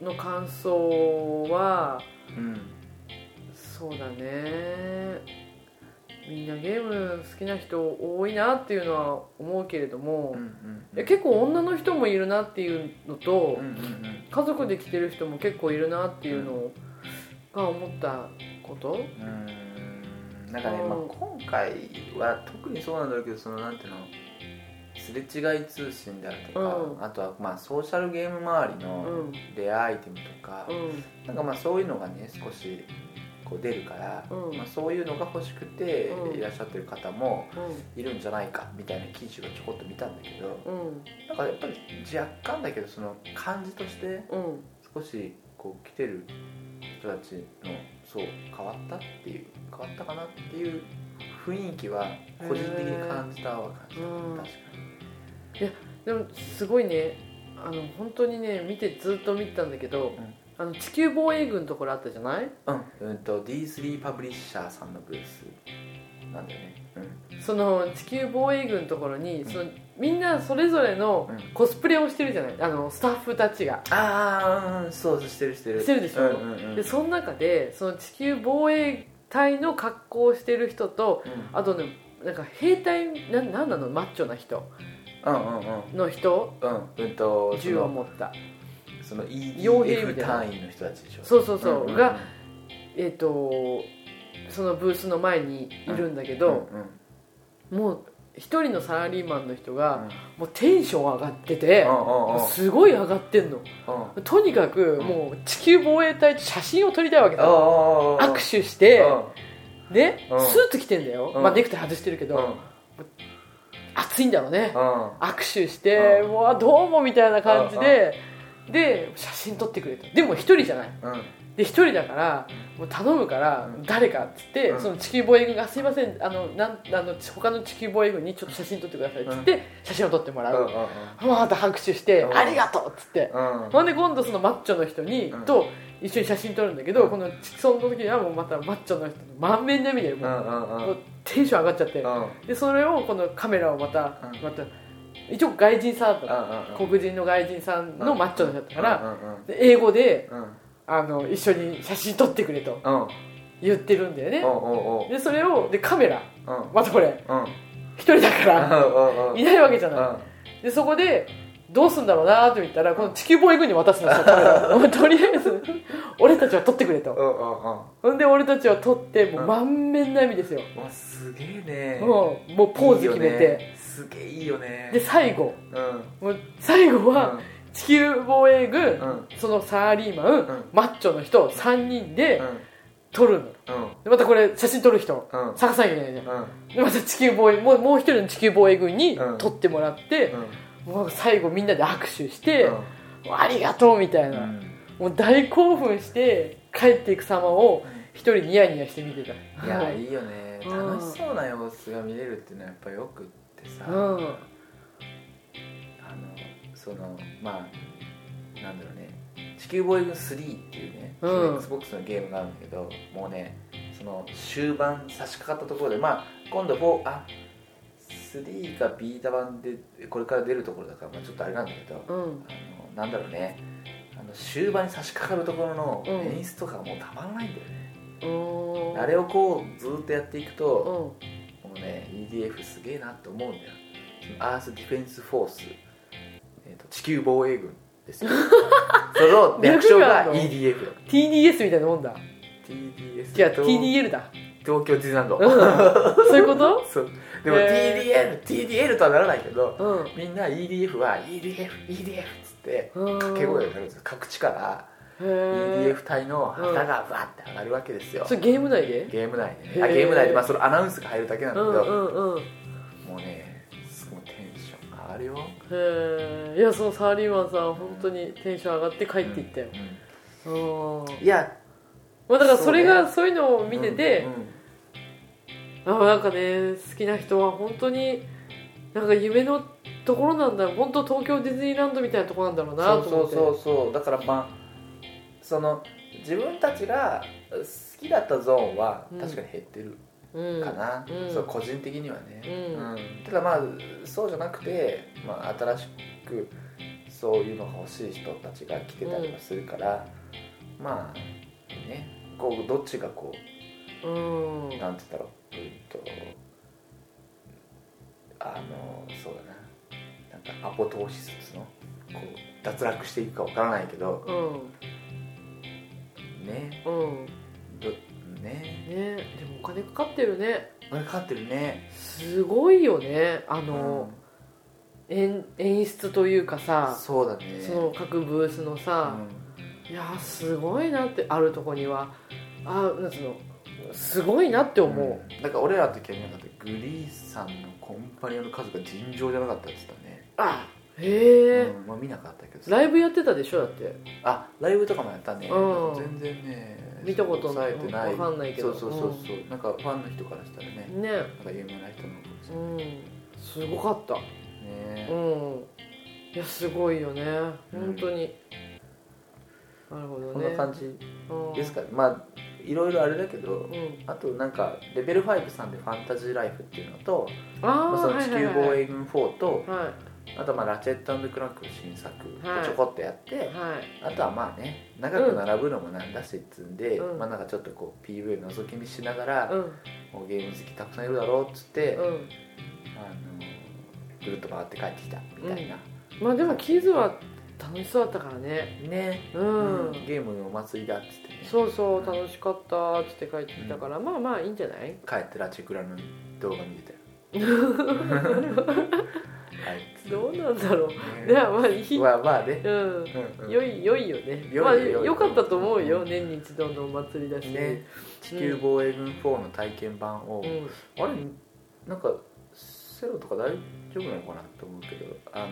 ーの感想はうんそうだねみんなゲーム好きな人多いなっていうのは思うけれどもうんう、んえ結構女の人もいるなっていうのと、うんうんうん家族で来てる人も結構いるなっていうのが思ったことうーんなんかね、うんまあ、今回は特にそうなんだろうけどそのなんていうのすれ違い通信であるとか、うんあとはまあソーシャルゲーム周りうのんレアアイテムとか、うんなんかまあそういうのがね少しこう出るから、うんまあ、そういうのが欲しくてうんいらっしゃってる方もいるんじゃないかみたいな記事がちょこっと見たんだけどうんうんなんかやっぱり若干だけどその感じとしてうん少しこう来てる人たちのそう変わったっていう変わったかなっていう雰囲気は個人的に感じたは感じた、うん確かでもすごいねあの本当にね見てずっと見てたんだけど、うんあの地球防衛軍のところあったじゃないにうん、うん、と D3 パブリッシャーさんのブースなんだよねその地球防衛軍のところに、うんそのみんなそれぞれのうんコスプレをしてるじゃないあのスタッフたちがああうんそうそうしてるしてるしてるでしょうんうんうんでその中でその地球防衛隊の格好をしてる人とうあとねなんか兵隊ななんなのマッチョな人んうんうんうんの人うん、うんと銃を持ったそのその EDF 傭兵みたいな単位の人たちでしょそうそうそう、んんんがえっ、とそのブースの前にいるんだけど、うんうんもう一人のサラリーマンの人が、うんもうテンション上がってて、うんうんうんすごい上がってんのうんとにかくもう地球防衛隊と写真を撮りたいわけだああ握手してねうんスーツ着てんだようんまあネクタイ外してるけうんうんど暑いんだろうねうん握手してううわどうもみたいな感じでで写真撮ってくれたでも一人じゃないうんで一人だからもう頼むからうん誰かっつって、うんその地球防衛軍が「すいませんあのなんあの他の地球防衛軍にちょっと写真撮ってください」っつって写真を撮ってもらうんう、また拍手して「うんありがとう」っつってうんほんで今度そのマッチョの人に、うんと一緒に写真撮るんだけど、うんこのその時にはもうまたマッチョの人の満面の笑みでうもう,、んうんうんもうテンション上がっちゃって、うんでそれをこのカメラをまた、うんまた一応外人さんだったのうん黒人の外人さんのマッチョの人だったから、うんうんで英語でうんあの一緒に写真撮ってくれとうん言ってるんだよね、おうおうおうでそれをでカメラうんまたこれうん一人だからうんうんいないわけじゃない、うんでそこでどうすんだろうなと言ったらこの地球防衛軍に渡すのさカ メラをもうとりあえず俺たちは撮ってくれとうんうんうんほんで俺たちは撮ってもううん満面の笑みですよ、わすげえねもうもうポーズ決めいいてよねすげえいいよねで最後うんもう最後うんは地球防衛軍、うんそのサラリーマン、んマッチョの人3人でうん撮るのうんでまたこれ写真撮る人うんうん探さなきゃいけないじゃんうんでまた地球防衛もうもう一人の地球防衛軍にうん撮ってもらって、もう最後みんなで握手して、うんもうありがとうみたいな、もう大興奮して帰っていく様を一人ニヤニヤして見てたいやはいいいよねうん楽しそうな様子が見れるっていうのはやっぱよくってさうんあのそのまあなんだろうね「地球ボーイ軍3」っていうね、うん XBOX のゲームがあるんだけどもうねその終盤差し掛かったところでまあ今度4あ3がビータ版でこれから出るところだから、まあ、ちょっとあれなんだけど、あうんのなんだろうねあの終盤に差し掛かるところのうん演出とかがもうたまらないんだよね、うんあれをこうずーっとやっていくと、うんもうね EDF すげえなと思うんだよアースディフェンスフォース、えー、と地球防衛軍 ですよその略称が EDF だ TDS みたいなもんだ TDS じゃあ東 TDL だ東京ディズニーランドうんそうい うことそうでもへ TDL TDL とはならないけどうんみんな EDF は EDFEDF っつっって掛掛け声をするんですよ各地からへえ EDF 隊の旗がバーって上がるわけですよそれゲーム内でゲーム内でへねーあゲーム内でまあそのアナウンスが入るだけなんうだんけうど、んうんへもうねすごいテンション上がるよえいやそのサーリーマンさん本当にテンション上がって帰っていったよ、うんうんいやまあ、だからそれそうがねそういうのを見ててう、んうんあなんかね好きな人は本当になんか夢のところなんだ本当東京ディズニーランドみたいなところなんだろうなそうとそ思っうてそうそうだからまあその自分たちが好きだったゾーンはうん確かに減ってるうんかな、うんそう個人的にはね、うんただまあそうじゃなくて、まあ、新しくそういうのが欲しい人たちが来てたりもするから、まあねこうどっちがこううんなんて言ったろううんとあのそうだななんかアポトーシスのこう脱落していくかわからないけどうんねうんどねねでもお金かかってるねこれかかってるねすごいよねあの、演演出というかうんさそうだねその各ブースのうさ、んいやすごいなってあるとこにはあなんつうのすごいなって思う、うんだから俺らの時はなんかったグリーさんのコンパニオンの数が尋常じゃなかったって言ってたね、あへえ、うんまあ見なかったけどさライブやってたでしょだってあライブとかもやったね、うん全然ね見たことない抑えてないわかんないけどそうそうそうそう、なんかファンの人からしたらねねなんか有名な人のことですうねんすごかったうねんいやすごいよねうん本当に、なるほどねこんな感じうんですかねまあいろいろあれだけどうんあとなんかレベル5さんで「ファンタジー・ライフ」っていうのとあまあ、あその地球防衛軍4と、はいあとまあラチェットクランクの新作はいをちょこっとやって、はあとはまあね長く並ぶのもなんだしっつんで、うんまあなんかちょっとこう PV 覗き見しながいはいら、うんもうゲーム好きたくさんいるだろうっつって、うんあのぐるっと回って帰ってきたみたいな、まあでもキーズは楽しそうだったからねね、うん、ゲームのお祭りだっつってねそうそう楽しかったっつって帰ってきたから、まあまあいいんじゃない帰ってラチェクラの動画見て たよはいどうなんだろうねねまあいい、まあまあ ね、うんうんうん良い良いよね良いよまあ良いよ良かったと思うよ、うん年に一度のお祭りだしね地球防衛軍4の体験版を、うんあれなんかセロとか大丈夫なのかなと思うけどあ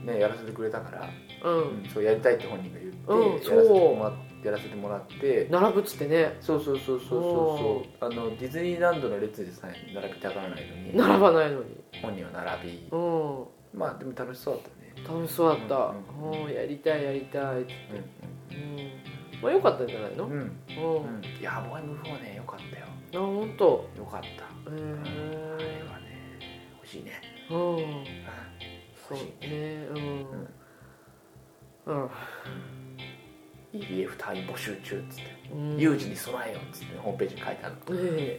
のねやらせてくれたから、うんうんそうやりたいって本人が言って、うんやらせてもらやらせてもらって並ぶっつってねそうそうそうそうそうそうあのディズニーランドの列でさえ並びたがらないのに並ばないのに本人は並びうんまあでも楽しそうだったね楽しそうだった、うんうんやりたいやりたいって、ううん、まあ良かったんじゃないのんうん、うんあうんいやボーイム4ねよかったよ本当よかったへあれえはね欲しいねうん欲そうしねうんうん、い EDF 隊員募集中っつってうん、有事に備えようっつってホームページに書いてあるええ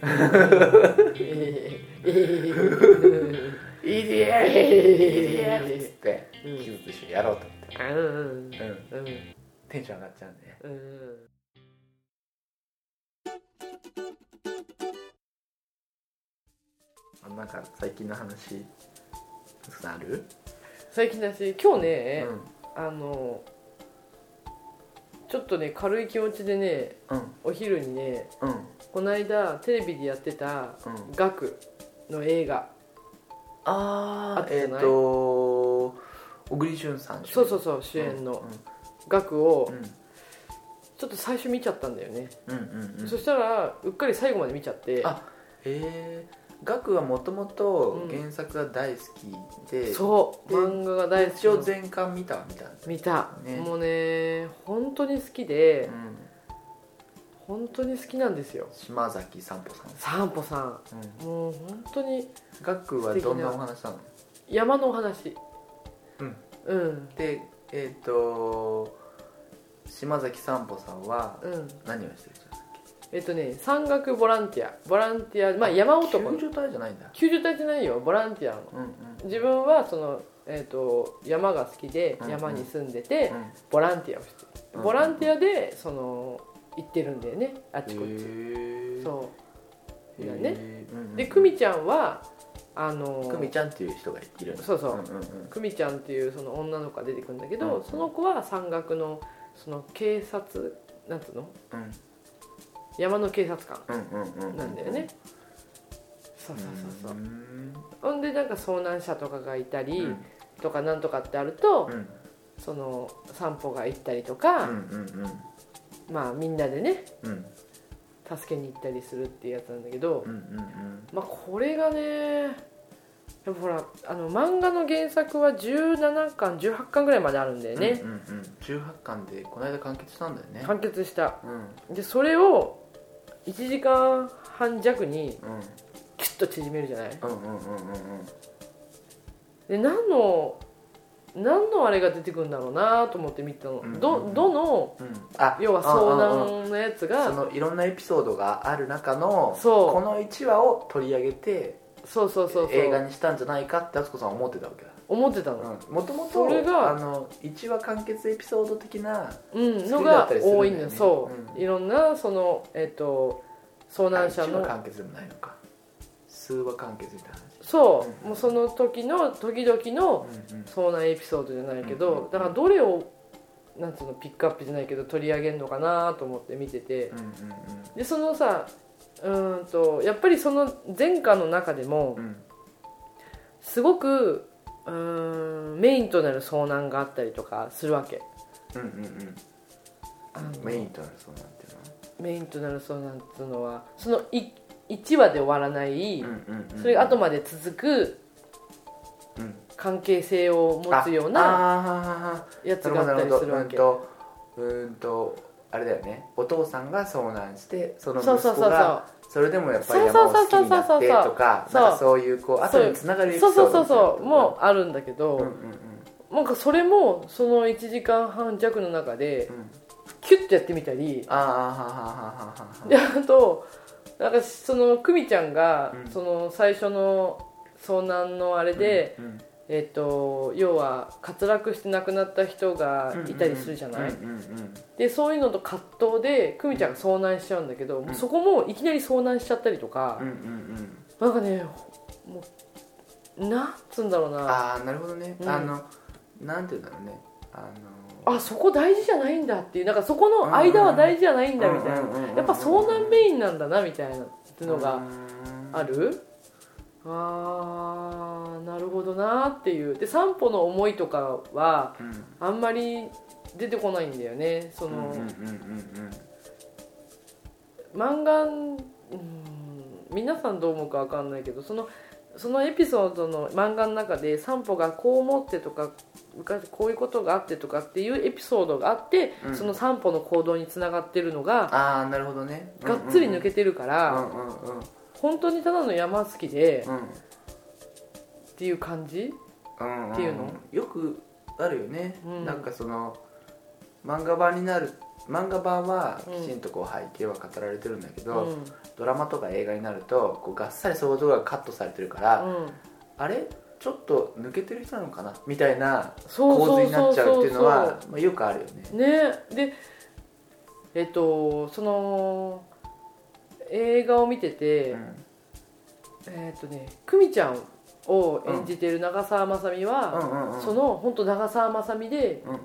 ええええ EDF! EDF! っつってうんキズと一緒にやろうと思って、うんうん、うんテンション上がっちゃうんでねうんあなんか最近の話ある、最近だし今日うね、んあのちょっとね軽い気持ちでねうんお昼にねうんこの間テレビでやってたうん「ガク」の映画ああーえっ、と小栗旬さん主演そうそうそう主演の「ガク」うをんうんちょっと最初見ちゃったんだよね、うんうんうんそしたらうっかり最後まで見ちゃってあえー、ガクはもともと原作が大好きで、そうで漫画が大好き一応全巻見たみたいな見た、ねもうね本当に好きうでん、本当に好きなんですよ島崎三歩さサンポさん、うんんもう本当にガクはどんなお話なの山のお話うんうんでえっ、と島崎三歩さんはうん何をしてる人えっとね山岳ボランティアボランティアまあ山男救助隊じゃないんだ救助隊じゃないよボランティアのうんうん自分はその、えっと山が好きでうんうん山に住んでて、うんボランティアをしてうんうんボランティアでその行ってるんだよねあっちこっち、へえそうだねねで久美ちゃんはあの久美ちゃんっていう人がいるんですそうそううんうんうん久美ちゃんっていうその女の子が出てくるんだけど、うんその子は山岳のその警察なんつうのうん山の警察官うんうんうんうんなんだよね、そうそうそうそううんほんでなんか遭難者とかがいたり、うんとかなんとかってあると、うんその散歩が行ったりとか、うんうんまあみんなでねうん助けに行ったりするっていうやつなんだけど、うんうんうんまあこれがねやっぱほらあの漫画の原作は17巻18巻ぐらいまであるんだよね、うんうんうん18巻でこの間完結したんだよね完結したうんでそれを1時間半弱にうんキュッと縮めるじゃないうんうんうんうんうんで何の何のあれが出てくるんだろうなと思って見てたの、うんどどのうんあ要はうんうんうん遭難のやつが、そのいろんなエピソードがある中のそうこの1話を取り上げてそうそうそうそう映画にしたんじゃないかって敦子さんは思ってたわけだ思ってたの、もともそれとがあの1話完結エピソード的なうん、好きのだっがたりするんだよね多いのよそう、うんいろんなそのえっ、と遭難者1話の完結でもないのか数話完結みたいなそう、うんもうその時の時々の話うんうん遭難エピソードじゃなういけんうんうどんだからどれをなんつうのピックアップじゃないけど取り上げるのかなと思って見ててうんでそのさうーんとやっぱりその前科の中でもうんうんすごくうーんメインとなる遭難があったりとかするわけうんうんうんあのメインとなるそうなんていメインとなる遭難っていうのはその1話で終わらない、うのうんうんうんそれが後まで続くうん関係性を持つようなああやつーなるほがどなあったるりほどするうわんけとうーんとあれだよねお父さんが遭難してその息そうそう子そうがそそれでもやっぱり山を好きになってとかそうそうそうそうそうなんかそういうこう後につながるエうピソそうードそうそうそうもううあるんだけど、うんうんなんかそれもその1時間半弱の中でうんうんキュッとやってみたりああはははははであとなんかその久美ちゃんがうんその最初の遭難のあれで、うんうんえっと要は滑落して亡くなった人がいたりするじゃない、うんうんうんでそういうのと葛藤で久美ちゃんが遭難しちゃうんだけど、んそこもいきなり遭難しちゃったりとかうんう、んうんなんかねもうなんつうんだろうなあああなるほどね、うんあのなんていうんだろうねあのそこ大事じゃないんだっていうなんかそこの間は大事じゃないんだみたいな、うんうんうんうんやっぱ遭難メインなんだなみたいなっていうのうがんある、あーなるほどなっていうで散歩の思いとかはうんあんまり出てこないんだよねそうんうの、んうんうん漫画うん皆さんどう思うか分かんないけどそのそのエピソードの漫画の中で散歩がこう思ってとか昔こういうことがあってとかっていうエピソードがあって、うんその散歩の行動につながってるのがああなるほどねがっつり抜てけてるから、うんうんうん本当にただの山好きでうんっていう感じうんんっていうのよくあるよね、うんなんかその漫画版になる漫画版はうんきちんとこう背景は語られてるんだけうど、ん、うん、ドラマとか映画になるとこうがっさりそういうところがカットされてるから、あれちょっと抜けてる人なのかなみたいなそう構そ図うになそっうちゃうっそてういうのはまあ、よくあるよねねでえっとその映画を見てて、うんえーっとね久美ちゃんを演じてる長澤まさみうは、んうんうんその本当長澤まさみでうん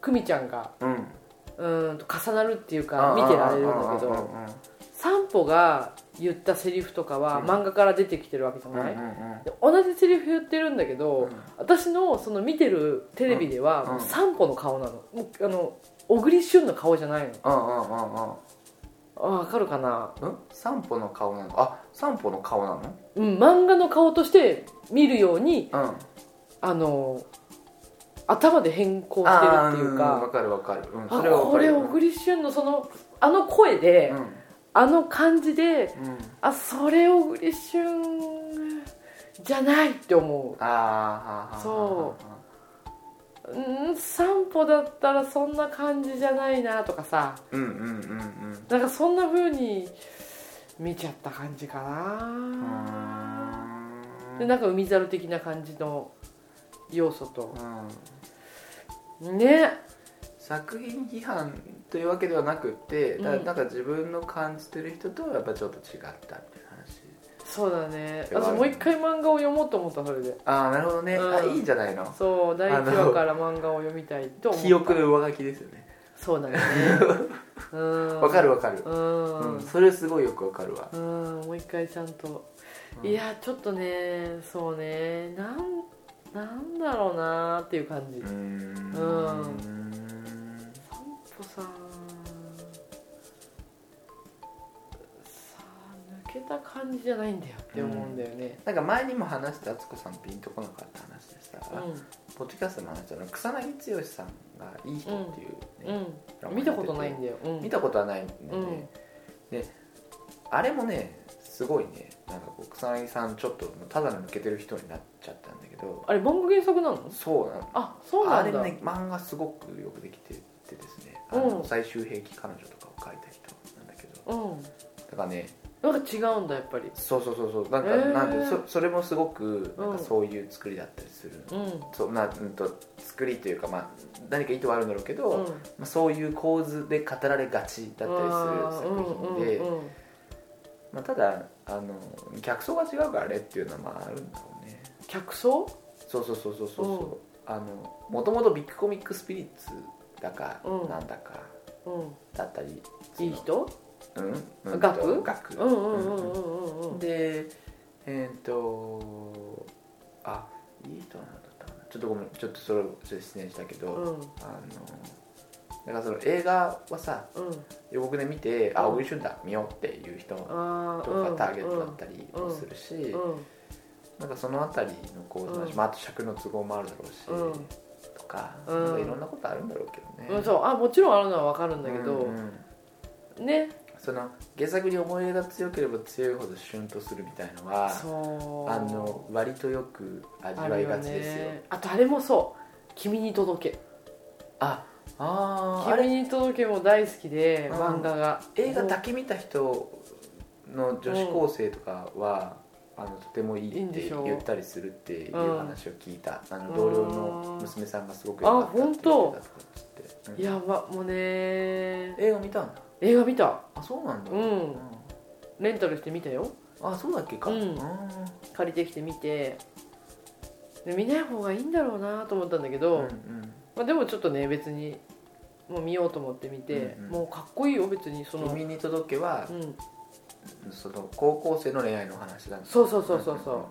久美ちゃんがうんうーんと重なるっていうか見てられるんだけうんうんど散歩が言ったセリフとかはうん漫画から出てきてるわけじゃうんうんない、うんうんで同じセリフ言ってるんだけど、うん私のその見てるテレビではうんもう散歩の顔なのもうあの小栗旬の顔じゃないのうんうんうんうんあわかるかなうん散歩の顔なのあ散歩の顔なのうん漫画の顔として見るようにうんあの頭で変更しあてーるっていううんわかかるわかるうんあそれはわこかるれよ小栗旬のそのあの声で、うんあの感じでうんあそれ小栗旬じゃないって思あーはーはーはーはーそうんー散歩だったらそんな感じじゃないなとかさうんうんうんうんなんかそんな風に見ちゃった感じかうな、ーんでなんか海猿的な感じの要素とうんね作品批判というわけではなくってだうんなんか自分の感じてる人とはやっぱちょっと違ったみたいな話そうだねでもあ私るもう一回漫画を読もうと思ったそれでああなるほどね、あうんいいんじゃないのそう第1話から漫画を読みたいと思った記憶の上書きですよねそ うだねうんわかるわかるううん、んそれすごいよくわかるわうんもう一回ちゃんと、うんいやちょっとねそうねなんなんだろうなーっていう感じ、うーんうんん散歩さんさあ抜けた感じじゃないんだよって思うんだよね、なんか前にも話した敦子さんピンとこなかった話でさ、うんポッドキャストの話の草薙剛さんがいい人っていう、うねんドラマに見出たててことないんだよ、うん、見たことはないんでね、であれもねすごいねなんかこう草薙さんちょっとただの抜けてる人になっちゃったんだけどあれ漫画原作なのそうなのあそうなあんれだ、ね漫画すごくよくできててですねあのうん最終兵器彼女とかを書いた人なんだけどうんだからねなんか違うんだやっぱりそうそうそうそうなんか、へーなんでそそれもすごくなんかうんそういう作りだったりする、うんそうなうんと作りというかまあ何か意図はあるんだろうけど、うんまあ、そういう構図で語られがちだったりする作品で、うんうんうんまあ、ただあの客層が違うからねっていうのはまああるんだろうね客層そうそうそうそうそうそうあのもともとビッグコミックスピリッツだか、うんなんだかうだったりんいい人うん、うん、学学うんうんうんうんうんうんでえっ、とあいい人なんだったかなちょっとごめんちょっとそれちょっと失念したけど、うあんのだからその映画はさうん予告で見て、あうんオリシュンだ見ようっていう人とあーかうんターゲットだったりもするし、うなんかその辺りの構図だし、うんまあ、あと尺の都合もあるだろうし、うんとか,、うんなんかいろんなことあるんだろうけどね、んうんそうあもちろんあるのは分かるんだけどうんうんねその原作に思い入れが強ければ強いほどシュンとするみたいのはそうあの割とよく味あわるいよがちですよねあとあれもそう「君に届け」あ「あーあれ君に届け」も大好きでうん漫画が映画だけ見た人の女子高生とかは、あのとてもいいいいっんでてしょう言ったりするっていううん話を聞いた、あうのん同僚の娘さんがすごく良かったって言ってたとかっつって、いやまもううねん映画見たんだ映画見たあそうなんだ、うんレンタルして見たよあそうだっけか、うんあ借りてきて見てで見ない方がいいんだろうなと思ったんだけーうど、んうんまあ、でもちょっとね別にもう見ようと思って見て、うんうんもうかっこいいよ別にその、君に届けはう、ん、その高校生の恋愛の話なんですそうそうそうそうそ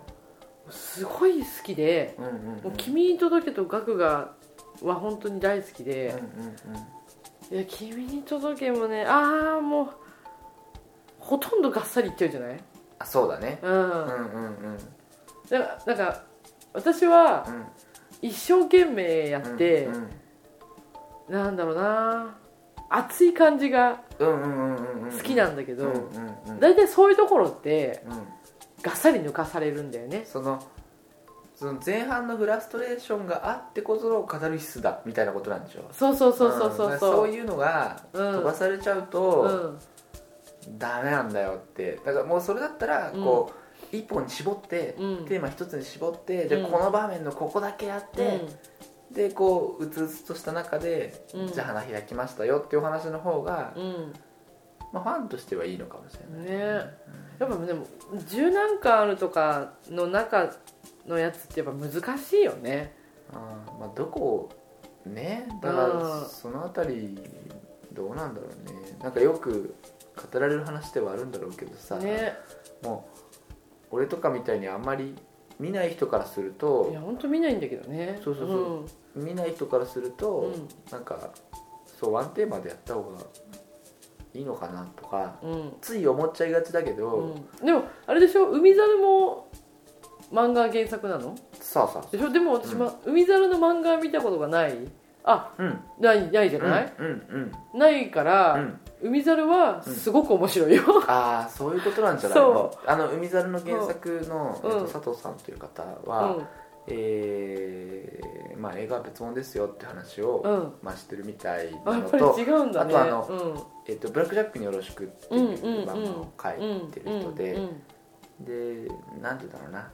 うすごい好きでうんうんうんもう君に届けとガクがは本当に大好きうんうんで、うんいや君に届けもねああもうほとんどがっさりいっちゃうじゃないあそうだねうん、うんうんうんだからなんか私はうん一生懸命やって、うんなんだろうな熱い感じがうんうんうんうんうん好きなんだけうんど、うんうん大体そういうところってうんがっさり抜かされるんだよねそのその前半のフラストレーションがあってこそのカタルシスだみたいなことなんでしょそうそうそうそうそんうそうういうのがうん飛ばされちゃううと、んダメなんだよってだからもうそれだったらこう、一本に絞って、うんテーマ一つに絞ってじゃあうんこの場面のここだけやって、でこううつうつとした中で、うんじゃあ花開きましたよっていうお話の方が、うん、うんまあ、ファンとしてはいいのかもしれないねやっぱでも十何巻あるとかの中のやつってやっぱ難しいよねあーまあどこをねだからうんその辺りどうなんだろうねなんかよく語られる話ではあるんだろうけどさ、ねもう俺とかみたいにあんまり見ない人からするといや本当見ないんだけどねそうそうそ見ない人からするうとん、うんなんかそうワンテーマでやった方がいいのかなとかうんつい思っちゃいがちだけど、うんでもあれでしょ海猿も漫画原作なのさあさでしょでも私、うんま海猿の漫画見たことがないああうんないないじゃうんない、うんないかうんうら、ん海猿はすごく面白いよ、ああそういうことなんじゃないのそあの海猿の原作の、うんえっと、佐藤さんという方うは、んえーまあ、映画は別物ですよって話を、うんまあ、してるみたいあなやのっぱとり違うんだねあとあのうん「えっとブラック・ジャックによろしく」っていう漫画を書いてる人で、うんでなんて言うんだろうな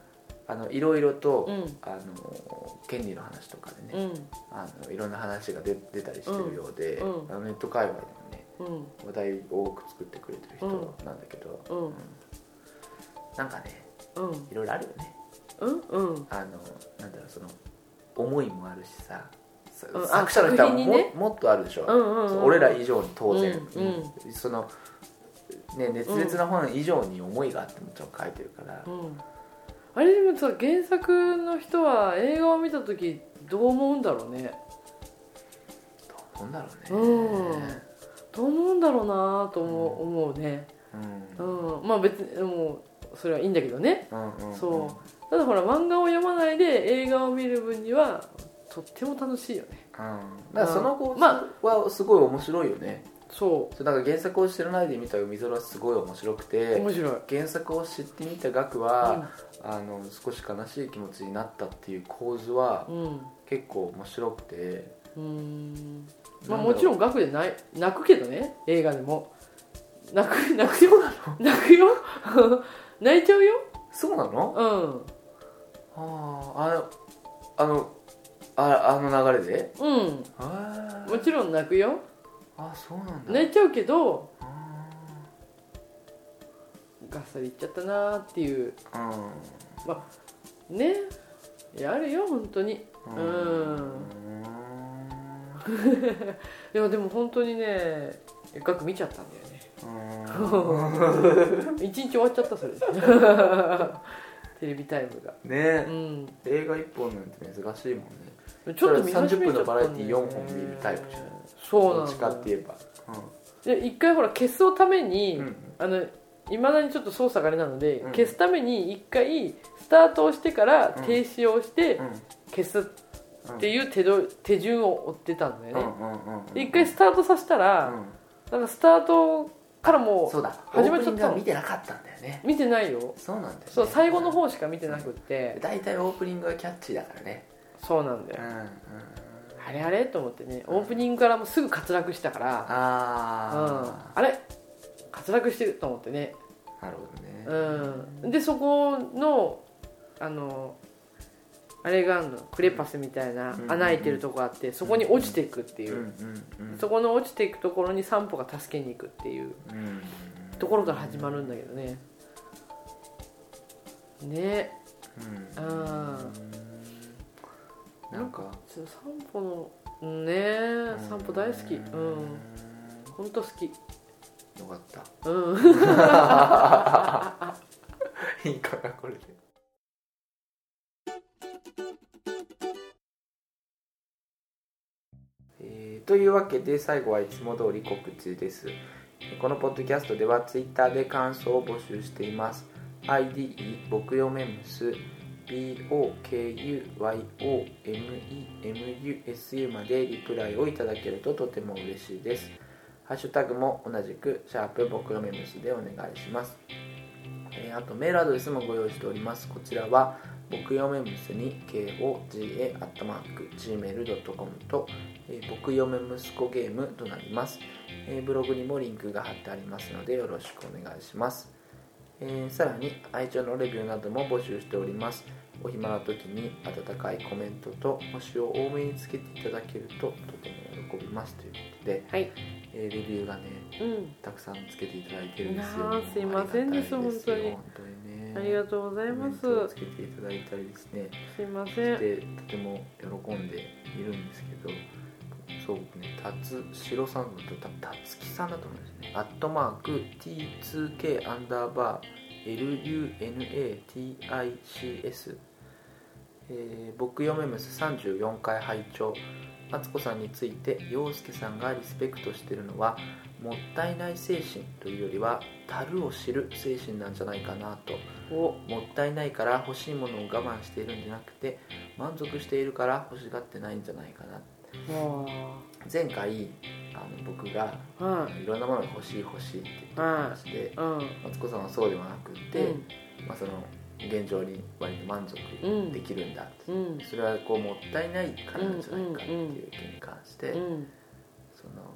あのいろいろと、うんあの権利の話とかでうね、んあのいろんな話が出出たりしてるようで、うんうんあのネット界隈でもねうん話題を多く作ってくれてる人なんだけど、うんうんなんかねうんいろいろあるよねうんうんあのなんだろうその思いもあるしさそうんあ作者の人は作も,、品にねもっとあるでしょ、うんうんうん俺ら以上に当然、うんそのね熱烈な本以上に思いがあってもちろん書いてるから、うんあれでもさ原作の人は映画を見た時どう思うんだろうねどうなんだろううねんどう思うんだろうなと思う,、思うねううんんまあ別にもうそれはいいんだけどねうんうんうんそただほら漫画を読まないで映画を見る分にはとっても楽しいよねうんだからその後まはすごい面白いよね、そそうだから原作を知らないで見た海空はすごい面白くうて面白い、原作を知ってみた額は、あの少し悲しい気持ちになったっていう構図はうんうん結構面白くて、うーんなまあんだろうもちろん額でない泣くけどね映画でも泣く泣くよ泣くよ泣いちゃうよそうなのうんあああのあのああの流れでうんあもちろん泣くよあそうなんだ、泣いちゃうけどあガッサリいっちゃったなーっていうーねやるよ本当にううんんいやでも本当にね額見ちゃったんだよねうん一日終わっちゃった それでテレビタイムがうんねうん映画1本なんて珍しいもんねちょっと見始30めちゃ分のったんだバよラねエティ4本見るタイプじゃないそうどなっのちかって言えばで一回ほら消すために、うんあのいまだにちょっと操作があれなので、うん消すために一回スタートをしてからうん停止をしてうん消すっていう手ど手順を追ってたんだようね、んうんうんうんで一回スタートさせたうら、んなんかスタートからもそうだ始まっちゃオープったのニングは見てなかったんだよねう見てないよそうなんだよねそう最後の方しか見てなくって、大体オープニングはキャッチーだからねそうなんだうん、ようんうんあれあれと思ってねオープニングからもうすぐ滑落したから、うん、ああれ滑落してると思ってねあなるほどねうん、でそこのあのあれがあるのクレパスみたいなうん穴開いてるとこあってそこに落ちていくっていうう、んうんうんそこの落ちていくところに散歩が助けに行くっていううんところから始まるんだけどねねうんうんなんかちょ散歩のね散歩大好きうん本当好きよかったうん いいかなこれでえーというわけで最後はいつも通り告知ですこのポッドキャストでは Twitter で感想を募集しています ID 僕よめむす BOKUYOMEMUSU までリプライをいただけるととても嬉しいですハッシュタグも同じくシャープ僕よめむすでお願いしますえーあとメールアドレスもご用意しておりますこちらは僕よめむすに koga.gmail.com と、えー、僕よめむすこゲームとなります、えーブログにもリンクが貼ってありますのでよろしくお願いします、えーさらに愛情のレビューなども募集しておりますお暇な時に温かいコメントと星を多めにつけていただけるととても喜びますということで、はいえーレビューがねうんたくさんつけていただいてるんですよ。いやーすいませんですありがたいですよ本本当にね。ありがとうございますコメントをつけていただいたりですね。すいませんで、とても喜んでいるんですけど、そう僕ね、たつしろさんのとたたつきさんだと思うんですね。アットマーク T2K アンダーバー LUNATICS。えー僕読めむす34回拝聴マツコさんについて陽介さんがリスペクトしてるのはもったいない精神というよりは樽を知る精神なんじゃないかなとおもったいないから欲しいものを我慢しているんじゃなくて満足しているから欲しがってないんじゃないかなも前回あの僕がうはいろんなものが欲しい欲しいって言ってた話でいうんマツコさんはそうではなくて、まあ、その現状に割と満足できるんだってうんうんそれはこうもったいないからなんじゃないかっていう意見に関して、うんその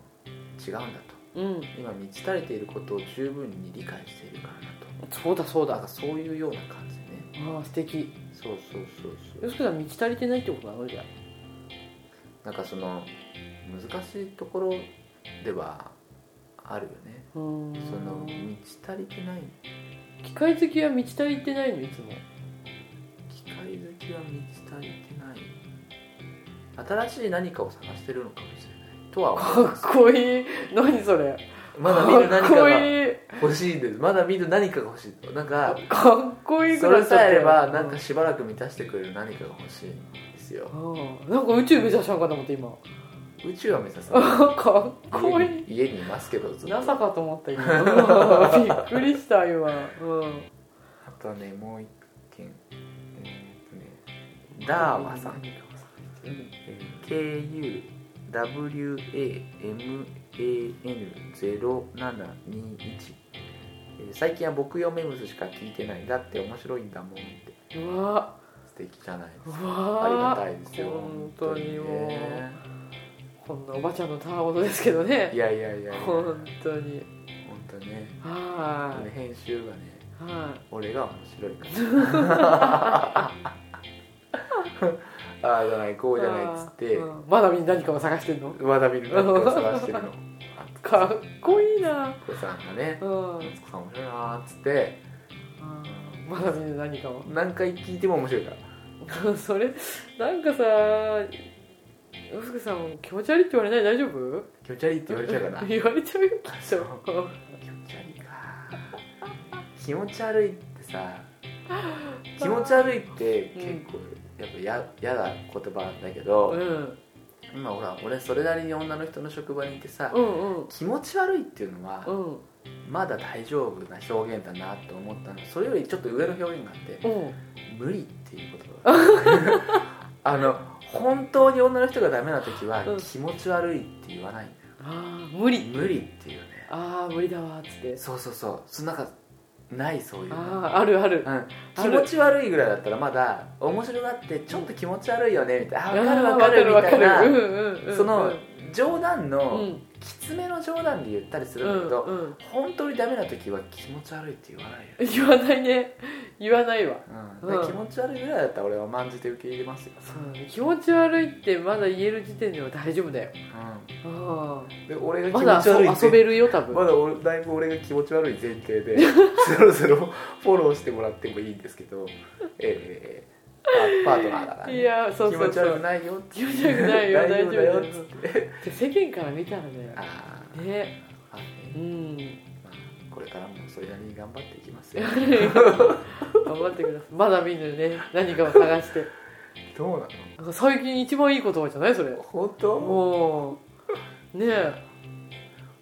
違うんだとうん今満ち足れていることを十分に理解しているからだとそうだそうなんだかそういうような感じでねああ素敵そうそうそうそようしくさん道足りてないってことなのじゃなんかその難しいところではあるよねあうーんその満ち足りてない機械好きは満ち足りてないのいつも機械好きは満ち足りてない新しい何かを探してるのかもしれないとは思いかまっすこいい何それまだ見る何かかっこがいい欲しいんですまだ見る何かが欲しいなんかかっこいいそくられいさえあればなんかしばらく満たしてくれる何かが欲しいんですようんなんか宇宙目指したのかと思って今宇宙は目指さないかっこい家にい家にいますけどずっと NASA あかと思った今うん びっくりした今うんとねもう一件えーっとねダーワさん、うんえー KUWAMAN0721 えー最近は僕用メムスしか聞いてないだって面白いんだもんってうわ素敵じゃないですかうわありがたいですよ本当にもうねこんなおばちゃんのたわごとですけどねいやいやいやいや本当に本当ねはね編集がねいは俺が面白いからああじゃないこういじゃないっつってうんまだみんな何かを探してんのまだ見る何かを探してるのかっこいいなお子さんがねうん息子さん面白いなーっつってまだみんな何かを 何回聞いても面白いからそれなんかさ洋介さん気持ち悪いって言われない大丈夫気持ち悪いって言われちゃうから 言われちゃうよきっそとう気持ち悪いか気持ち悪いって さ気持ち悪いって結構やっぱや嫌な言葉だけど、うん今ほら俺それなりに女の人の職場にいてさ、うんうん気持ち悪いっていうのは、うんまだ大丈夫な表現だなと思ったのそれよりちょっと上の表現があってうん「無理」っていう言葉 あの本当に女の人がダメな時は、うん気持ち悪いって言わないあー無理無理っていうねああ無理だわーっつってそうそうそうそなんかないそういうのあああるあるうん、気持ち悪いぐらいだったらまだ面白がってちょっと気持ち悪いよねみたいなあ分かる分かるわみたいな、うんうんうんうんその冗談うの、んきつめの冗談で言ったりすうるんだけど、んうん本当にダメな時は気持ち悪いって言わないよね、言わないね言わないわうん、だからう気ん持ち悪いぐらいだったら俺はまんじて受け入れますよ、そうだね気持ち悪いってまだ言える時点では大丈夫だようあーん、で俺がま気だ持ち悪い遊遊べるよ多分まだ俺だいぶ俺が気持ち悪い前提 でそろそろフォローしてもらってもいいんですけどええええパパートナーだから、ね、いやそうそうそう気持ち悪くないよ気持ち悪くないよ大大丈夫丈夫だだよよっつってで世間から見たらねあーねあうねんまあこれからもそれなりに頑張っていき ますよ頑張ってくださいまだ見ぬね何かを探してどうななんか最近一番いい言葉じゃないそれの本当もうねえ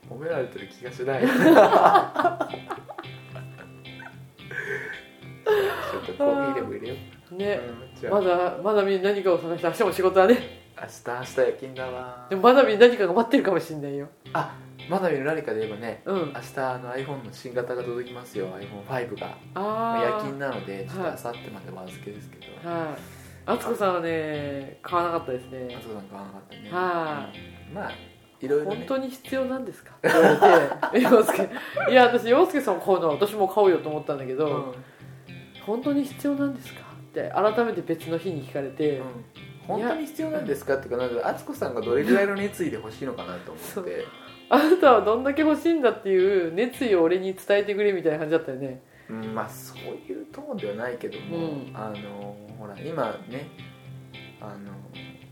褒められてる気がし ないちょっとコーヒーでも入れよう、ねうん、じゃあ、まだまだ見ぬ何かを探して明日も仕事はね明日明日夜勤だわでもまだ見ぬ何かが待ってるかもしれないよあまだ見る何かで言えばねう明日んあの iPhone の新型が届きますよ iPhone5 があ夜あ勤なのでちょっと明はい後日までお預けですけどはい敦子さんはね買わなかったですねあとなんか買わなかったねはうんまあいろいろ本ね当に必要なんですかって言われて 洋介いや私洋介さん買うのは私も買おうよと思ったんだけど、うん本当に必要なんですかって改めて別の日に聞かれて、本当に必要なんですかっていうかなんか敦子さんがどれぐらいの熱意で欲しいのかなと思ってあなたはどんだけ欲しいんだっていう熱意を俺に伝えてくれみたいな感じだったよねうんまあそういうトーンではないけども、うんあのほら今ねあの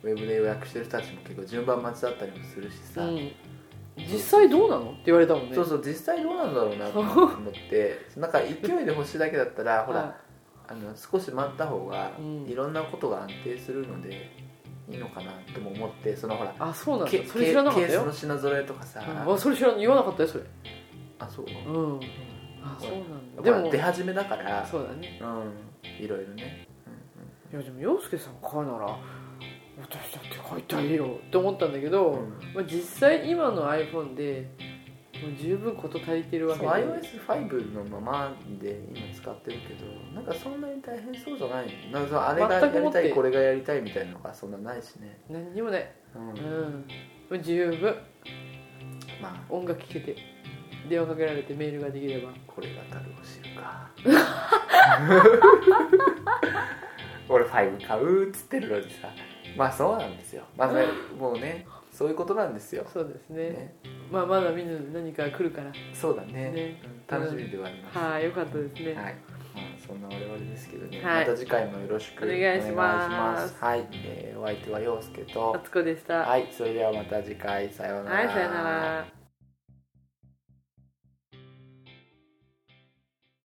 ウェブで予約してる人たちも結構順番待ちだったりもするしうさ、ん実際どうなのって言われたもんねそうそう実際どうなんだろうなと思ってなんか勢いで欲しいだけだったらほら、はあの少し待った方がうんいろんなことが安定するのでいいのかなとも思ってそのほらいあそうなんだケそれ知らなかったケースよの品揃えとかさ、うんあそれ知らん言わなかったよそれあそう、うんあそうなんだででもも出始めだからそうだねうんいろいろね、いやでも洋介さん買うなら私だって買いたいよって思ったんだけど、まあ、実際今の iPhone でもう十分こと足りてるわけそうで iOS5 のままで今使ってるけどなんかそんなに大変そうじゃないなんかそのあれがや全くもりったていこれがやりたいみたいなのがそんなないしね、何にもないうんうんもう十分まあ音楽聴けて電話かけられてメールができればこれが樽を知るか俺5買うっつってるのにさまあそうなんですよまあねもうねそういうことなんですよ、そうですねね、まあまだみんな何か来るからそうだねねうん楽しみではあります、はい、よかったですね。はい、まあ、そんな我々ですけどね、はまいた次回もよろしくお願いしまおす願いしますはい、えーお相手は陽介あとつこでした。はいそれではまた次回さようなら、はい、さよなら。